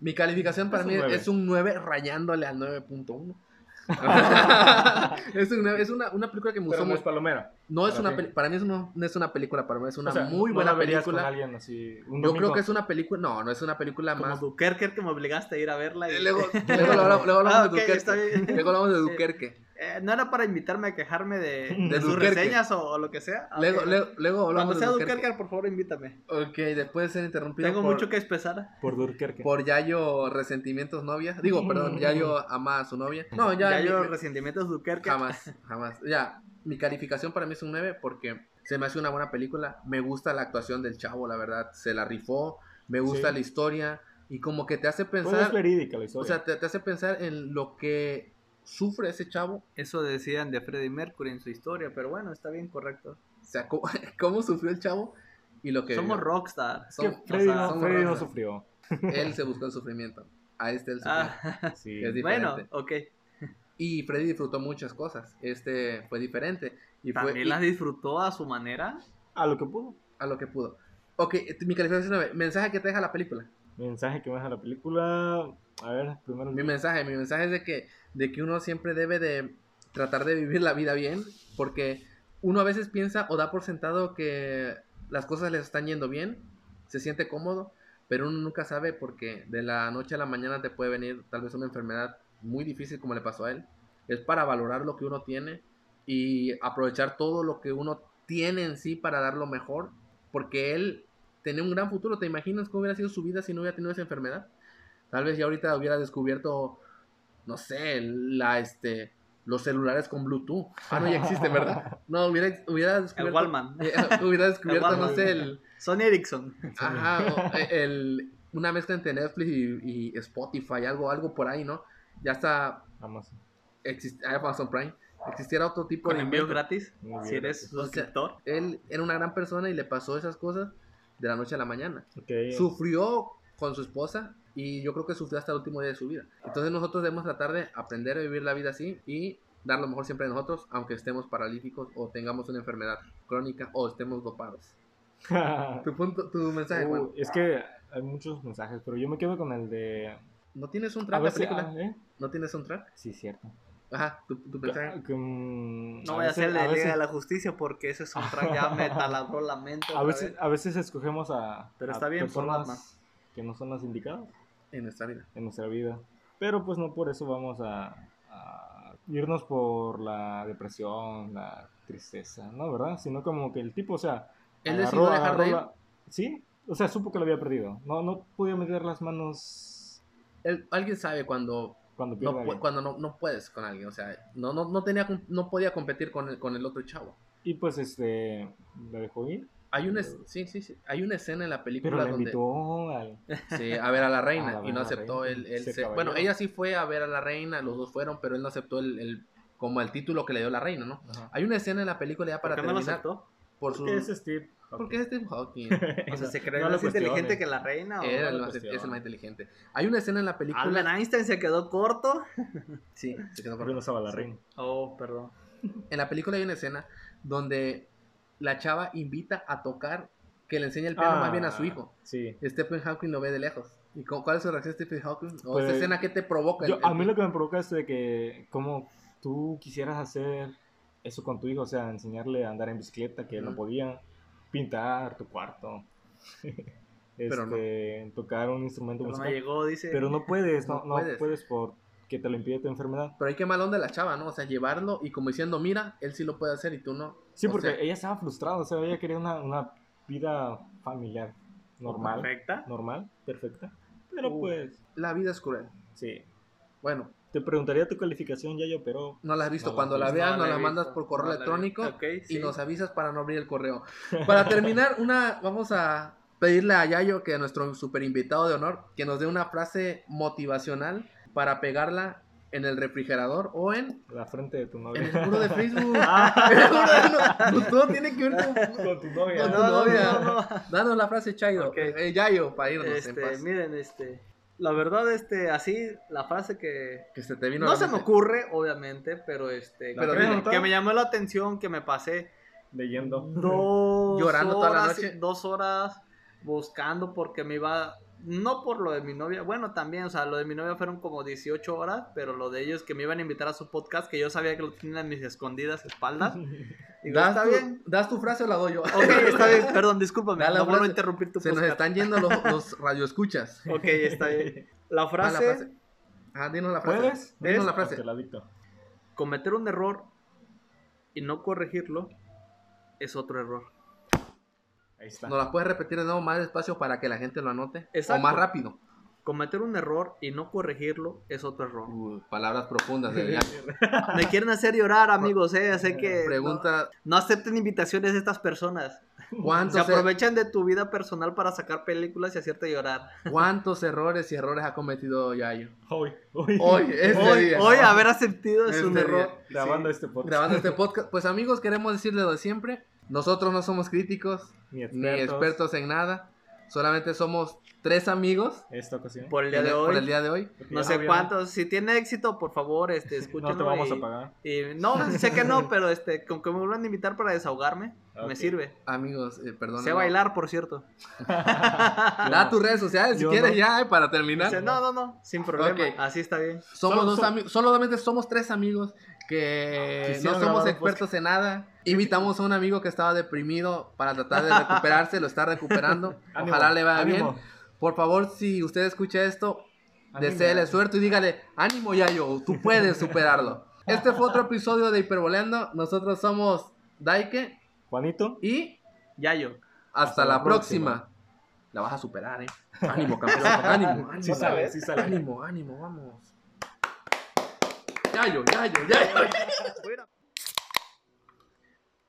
Speaker 1: Mi calificación para
Speaker 2: Es
Speaker 1: mí
Speaker 2: un nueve.
Speaker 1: es un 9 rayándole al 9.1. es un nueve- es una, una película que me gustó
Speaker 2: Pero no es
Speaker 1: mucho.
Speaker 2: palomera.
Speaker 1: No es
Speaker 2: ¿para
Speaker 1: una
Speaker 2: qué?
Speaker 1: peli- para mí es una- no es una película, para mí es una
Speaker 2: O sea,
Speaker 1: muy
Speaker 2: no
Speaker 1: buena
Speaker 2: la verías con
Speaker 1: película.
Speaker 2: alguien así, un
Speaker 1: Yo creo
Speaker 2: domingo.
Speaker 1: que es una película, no, no es una película
Speaker 3: Como
Speaker 1: más.
Speaker 3: Dukerker que me obligaste a ir a verla.
Speaker 1: Eh,
Speaker 3: Y...
Speaker 1: Luego, luego lo hablamos- luego hablamos
Speaker 3: Ah,
Speaker 1: de
Speaker 3: ok,
Speaker 1: Duquerque.
Speaker 3: está bien.
Speaker 1: Luego hablamos de
Speaker 3: Sí.
Speaker 1: Duquerque.
Speaker 3: Eh, no era para invitarme a quejarme de, de
Speaker 2: De
Speaker 3: sus
Speaker 1: Dunkerque.
Speaker 3: reseñas o, o lo que sea. Ah,
Speaker 1: Luego,
Speaker 3: ok.
Speaker 1: luego, luego hablamos
Speaker 3: Cuando sea
Speaker 1: de Duquerque.
Speaker 3: Dukerker, por favor, invítame.
Speaker 1: Ok, después de ser interrumpido
Speaker 3: Tengo
Speaker 1: por,
Speaker 3: mucho que expresar.
Speaker 2: Por Durkerque.
Speaker 1: por Yayo Resentimientos Novia. Digo,
Speaker 2: Mm.
Speaker 1: perdón, Yayo ama a su novia. No, ya,
Speaker 3: Ya,
Speaker 1: mi-
Speaker 3: yo
Speaker 1: mi-
Speaker 3: resentimientos Dukerque.
Speaker 1: jamás, jamás. Ya, mi calificación para mí es un 9 porque se me hace una buena película. Me gusta la actuación del chavo, la verdad. Se la rifó, me gusta
Speaker 2: Sí.
Speaker 1: la historia y como que te hace
Speaker 2: Pues es
Speaker 1: pensar,
Speaker 2: verídica la
Speaker 1: o
Speaker 2: historia.
Speaker 1: sea, te, te hace pensar en lo que sufre ese chavo
Speaker 3: Eso decían de Freddie Mercury en su historia, pero bueno, está bien correcto.
Speaker 1: O sea, cómo, cómo sufrió el chavo y lo que
Speaker 3: Somos
Speaker 1: vivió.
Speaker 3: rockstar.
Speaker 2: es que
Speaker 1: Som-
Speaker 2: Freddy,
Speaker 1: o sea,
Speaker 2: no,
Speaker 1: somos
Speaker 2: Freddy no
Speaker 1: rockstar.
Speaker 2: sufrió.
Speaker 1: Él se buscó el sufrimiento. A este él sufrió.
Speaker 3: Ah,
Speaker 2: Sí.
Speaker 1: Es di-
Speaker 3: bueno,
Speaker 1: diferente.
Speaker 3: ok.
Speaker 1: Y Freddy disfrutó muchas cosas. Este fue diferente. Y fue
Speaker 3: También
Speaker 1: y-
Speaker 3: las disfrutó a su manera.
Speaker 2: A lo que pudo.
Speaker 1: a lo que pudo. Ok, eh, mi calificación 9. Mensaje que te deja la película.
Speaker 2: Mensaje que me deja la película. A ver, primero.
Speaker 1: Mi mensaje, mi mensaje es de que, de que uno siempre debe de tratar de vivir la vida bien. Porque uno a veces piensa o da por sentado que las cosas les están yendo bien. Se siente cómodo. Pero uno nunca sabe porque de la noche a la mañana te puede venir tal vez una enfermedad muy difícil como le pasó a él. Es para valorar lo que uno tiene y aprovechar todo lo que uno tiene en sí para dar lo mejor. Porque él tenía un gran futuro. ¿Te imaginas cómo hubiera sido su vida si no hubiera tenido esa enfermedad? Tal vez ya ahorita hubiera descubierto, no sé, la, este, los celulares con Bluetooth. Ah, no, ya existen, ¿verdad? No, hubiera, hubiera
Speaker 3: El
Speaker 1: descubierto.
Speaker 3: Wallman.
Speaker 1: hubiera descubierto, no
Speaker 3: Wallman.
Speaker 1: sé, el,
Speaker 3: Sony Ericsson.
Speaker 1: Ajá, o- e- el, una mezcla entre Netflix y, y Spotify, algo, algo por ahí, ¿no? Ya está
Speaker 2: Amazon.
Speaker 1: exist- ah, Amazon Prime. Existiera otro tipo
Speaker 3: Con
Speaker 1: de
Speaker 3: envíos
Speaker 1: invento.
Speaker 3: gratis.
Speaker 2: Muy bien,
Speaker 3: Si eres
Speaker 1: gratis. O sea,
Speaker 3: suscriptor.
Speaker 1: Él era una gran persona y le pasó esas cosas de la noche a la mañana.
Speaker 2: gracias. Ok.
Speaker 1: Sufrió con su esposa y yo creo que sufrió hasta el último día de su vida. Entonces nosotros debemos tratar de aprender a vivir la vida así y dar lo mejor siempre de nosotros, aunque estemos paralíticos o tengamos una enfermedad crónica o estemos dopados. Tu, punto, tu mensaje, Juan.
Speaker 2: Uh, es que hay muchos mensajes, pero yo me quedo con el de.
Speaker 1: ¿No tienes un
Speaker 2: A
Speaker 1: track de
Speaker 2: veces,
Speaker 1: película?
Speaker 2: ah, ¿eh?
Speaker 1: ¿No tienes un track?
Speaker 2: Sí, cierto.
Speaker 1: Ajá, tu, tu mensaje.
Speaker 2: Que, mm,
Speaker 3: No voy a
Speaker 2: veces-
Speaker 3: hacer la
Speaker 2: veces-
Speaker 3: Liga de la Justicia porque ese soundtrack ya me talabró la mente.
Speaker 2: A
Speaker 3: otra
Speaker 2: veces,
Speaker 3: vez.
Speaker 2: a veces escogemos a,
Speaker 3: Pero
Speaker 2: a
Speaker 3: está bien, por Batman.
Speaker 2: personas que no son las indicadas
Speaker 1: En nuestra vida.
Speaker 2: en nuestra vida. Pero pues no por eso vamos a, a irnos por la depresión, la tristeza, ¿no? ¿Verdad? Sino como que el tipo, o sea...
Speaker 1: Él
Speaker 2: agarró-
Speaker 1: decidió dejar de
Speaker 2: agarró
Speaker 1: ir.
Speaker 2: la- Sí, o sea, supo que lo había perdido. No, no podía meter las manos
Speaker 1: Él- alguien sabe cuando
Speaker 2: cuando pierde
Speaker 1: no,
Speaker 2: a
Speaker 1: pu-
Speaker 2: alguien.
Speaker 1: cuando no, no puedes con alguien. O sea, no, no, no, tenía, com- no podía competir con el, con el otro chavo.
Speaker 2: Y pues este, la dejó ir.
Speaker 1: Hay una, es- sí, sí, sí. Hay una escena en la
Speaker 2: Pero
Speaker 1: película
Speaker 2: la
Speaker 1: donde.
Speaker 2: invitó al...
Speaker 1: Sí, a ver a la
Speaker 2: Ah,
Speaker 1: reina.
Speaker 2: la
Speaker 1: y
Speaker 2: ver
Speaker 1: no
Speaker 2: a la
Speaker 1: aceptó
Speaker 2: reina.
Speaker 1: el. el
Speaker 2: Ese
Speaker 1: se- bueno,
Speaker 2: caballero.
Speaker 1: ella sí fue a ver a la reina, los dos fueron, pero él no aceptó el, el- como el título que le dio la reina, ¿no? Hay una escena en la película ya para
Speaker 3: ¿Por qué no lo
Speaker 1: terminar.
Speaker 3: aceptó?
Speaker 1: por su.
Speaker 2: ¿Qué es Steve?
Speaker 1: ¿Por qué es Stephen Hawking?
Speaker 3: O sea, ¿se
Speaker 2: No
Speaker 3: creó
Speaker 2: lo
Speaker 3: más inteligente
Speaker 2: cuestiones.
Speaker 3: que la reina? o
Speaker 1: Era
Speaker 3: no?
Speaker 1: el
Speaker 2: lo
Speaker 1: más- es el
Speaker 2: cuestiono.
Speaker 1: más inteligente. Hay una escena en la película.
Speaker 3: Albert Einstein se quedó corto.
Speaker 1: Sí, se quedó por-
Speaker 2: Porque no estaba la reina.
Speaker 3: Oh, perdón.
Speaker 1: En la película hay una escena donde la chava invita a tocar, que le enseña el piano más bien a su hijo.
Speaker 2: Ah, Sí.
Speaker 1: Stephen Hawking lo ve de lejos. ¿Y cu- cuál es su reacción Stephen Hawking? ¿O
Speaker 2: Pues,
Speaker 1: esa escena que te provoca?
Speaker 2: Yo-
Speaker 1: El-
Speaker 2: a
Speaker 1: el-
Speaker 2: mí lo que me provoca es de que como tú quisieras hacer eso con tu hijo, o sea, enseñarle a andar en bicicleta, que no
Speaker 1: Ujú.
Speaker 2: podía, pintar tu cuarto,
Speaker 1: Pero no.
Speaker 2: este, tocar un instrumento
Speaker 3: Pero no
Speaker 2: musical,
Speaker 3: llegó, dice.
Speaker 2: pero no puedes, no,
Speaker 1: No
Speaker 2: no
Speaker 1: puedes.
Speaker 2: puedes. porque te lo impide tu enfermedad.
Speaker 1: Pero hay que mal onda la chava, ¿no? O sea, llevarlo y como diciendo, mira, él sí lo puede hacer y tú no.
Speaker 2: Sí,
Speaker 1: O
Speaker 2: porque
Speaker 1: sea,
Speaker 2: ella estaba frustrada, o sea, ella quería una, una vida familiar, normal,
Speaker 3: Perfecta.
Speaker 2: normal, perfecta, pero
Speaker 1: Uh.
Speaker 2: pues,
Speaker 1: la vida es cruel.
Speaker 2: sí.
Speaker 1: Bueno,
Speaker 2: Te preguntaría tu calificación, Yayo, pero...
Speaker 1: no la has visto.
Speaker 2: No la
Speaker 1: Cuando
Speaker 2: has
Speaker 1: la
Speaker 2: visto,
Speaker 1: veas,
Speaker 3: No,
Speaker 1: nos
Speaker 3: he
Speaker 1: la mandas
Speaker 3: visto,
Speaker 1: por correo
Speaker 3: no la he
Speaker 1: electrónico
Speaker 3: visto. Ok,
Speaker 1: y
Speaker 3: sí.
Speaker 1: nos avisas para no abrir el correo. Para terminar, una vamos a pedirle a Yayo, que a nuestro super invitado de honor, que nos dé una frase motivacional para pegarla en el refrigerador o en,
Speaker 2: La frente de tu
Speaker 1: en el
Speaker 2: novia.
Speaker 1: muro de Facebook.
Speaker 3: Ah.
Speaker 1: En el muro de- no, pues todo tiene que ver con...
Speaker 2: Con tu novia.
Speaker 1: Con tu
Speaker 3: No, no,
Speaker 1: novia.
Speaker 3: no, no.
Speaker 1: Danos la frase, Chayo.
Speaker 3: Ok.
Speaker 1: Eh, Yayo, para irnos en
Speaker 3: Este,
Speaker 1: paz.
Speaker 3: miren, este. La verdad, este, así, la frase que.
Speaker 1: Que se te vino a
Speaker 3: No
Speaker 1: la
Speaker 3: se me
Speaker 1: mente.
Speaker 3: ocurre, obviamente, pero este.
Speaker 1: Pero
Speaker 3: que,
Speaker 1: dila.
Speaker 3: me, que me llamó la atención, que me pasé
Speaker 2: Leyendo.
Speaker 3: dos
Speaker 1: Llorando toda la
Speaker 3: horas-
Speaker 1: noche.
Speaker 3: Dos horas buscando porque me iba no por lo de mi novia, bueno, también, o sea, lo de mi novia fueron como 18 horas, pero lo de ellos que me iban a invitar a su podcast, que yo sabía que lo tenían en mis escondidas espaldas. Digo,
Speaker 1: ¿Das,
Speaker 3: está
Speaker 1: tu,
Speaker 3: bien.
Speaker 1: das tu frase o la doy yo?
Speaker 3: Ok, está bien, Pues perdón, discúlpame,
Speaker 1: Dale,
Speaker 3: no vuelvo a
Speaker 1: frase.
Speaker 3: interrumpir tu
Speaker 1: Se nos
Speaker 3: podcast.
Speaker 1: están yendo los, los radioescuchas.
Speaker 3: Ok, está bien. La
Speaker 1: Ah, la
Speaker 3: frase,
Speaker 1: frase. Ah, dinos la frase.
Speaker 2: ¿Puedes?
Speaker 1: Dinos la
Speaker 2: Ok,
Speaker 1: frase.
Speaker 2: la dicto.
Speaker 3: cometer un error y no corregirlo es otro error.
Speaker 2: Ahí está.
Speaker 1: ¿Nos la puedes repetir de nuevo más despacio para que la gente lo anote?
Speaker 3: Exacto.
Speaker 1: O más rápido.
Speaker 3: Cometer un error y no corregirlo es otro error.
Speaker 1: Uh, palabras profundas. de verdad.
Speaker 3: Me quieren hacer llorar, amigos, eh, sé que
Speaker 1: Pregunta,
Speaker 3: no, no acepten invitaciones de estas personas. Se
Speaker 1: ¿cuántos, er-
Speaker 3: aprovechan de tu vida personal para sacar películas y hacerte llorar.
Speaker 1: ¿cuántos errores y errores ha cometido Yayo?
Speaker 2: Hoy, hoy.
Speaker 1: Hoy, este
Speaker 3: hoy,
Speaker 1: día.
Speaker 3: hoy haber aceptado es
Speaker 1: Este
Speaker 3: un
Speaker 1: día.
Speaker 3: error.
Speaker 2: Grabando
Speaker 1: Sí.
Speaker 2: este podcast.
Speaker 1: Grabando este podcast. Pues amigos, queremos decirles lo de siempre. Nosotros no somos críticos
Speaker 2: Ni expertos.
Speaker 1: ni expertos en nada. Solamente somos tres amigos
Speaker 2: Esta ocasión.
Speaker 3: Por el día
Speaker 1: en
Speaker 3: de
Speaker 1: el-
Speaker 3: hoy.
Speaker 1: por el día de hoy.
Speaker 2: Porque
Speaker 3: No
Speaker 2: ya
Speaker 3: sé
Speaker 2: vieron.
Speaker 3: cuántos. Si tiene éxito, por favor, este, escúchenlo.
Speaker 2: Ah, No te vamos
Speaker 3: y-
Speaker 2: a pagar.
Speaker 3: y- no, sé que no, pero este, con que me vuelvan a invitar para desahogarme, me
Speaker 2: Ok.
Speaker 3: sirve.
Speaker 1: Amigos, eh, perdón.
Speaker 3: Sé bailar, por cierto.
Speaker 1: Da tus redes sociales si
Speaker 2: Yo
Speaker 1: quieres
Speaker 2: no.
Speaker 1: ya eh, para terminar.
Speaker 3: Dice, no, no, no, sin problema.
Speaker 1: Ok.
Speaker 3: Así está bien.
Speaker 1: Somos
Speaker 2: Solo-
Speaker 1: dos
Speaker 2: so-
Speaker 1: amigos, solamente somos tres amigos que
Speaker 2: Quisiera
Speaker 1: no somos
Speaker 2: grabar un
Speaker 1: expertos en nada. Invitamos a un amigo que estaba deprimido para tratar de recuperarse, lo está recuperando.
Speaker 2: Ánimo,
Speaker 1: Ojalá le vaya
Speaker 2: ánimo,
Speaker 1: bien. Por favor, si usted escucha esto,
Speaker 2: ánimo.
Speaker 1: deséele suerte y dígale, ánimo Yayo, tú puedes superarlo. Este fue otro episodio de Hiperboleando. Nosotros somos Daike
Speaker 2: Juanito.
Speaker 1: y
Speaker 3: Yayo.
Speaker 1: hasta, la, próxima. La vas a superar, eh. Ánimo, campeón. ánimo, ánimo.
Speaker 2: Sí sale, sí sale.
Speaker 1: Ánimo, ánimo, vamos. Yayo, yayo, yayo.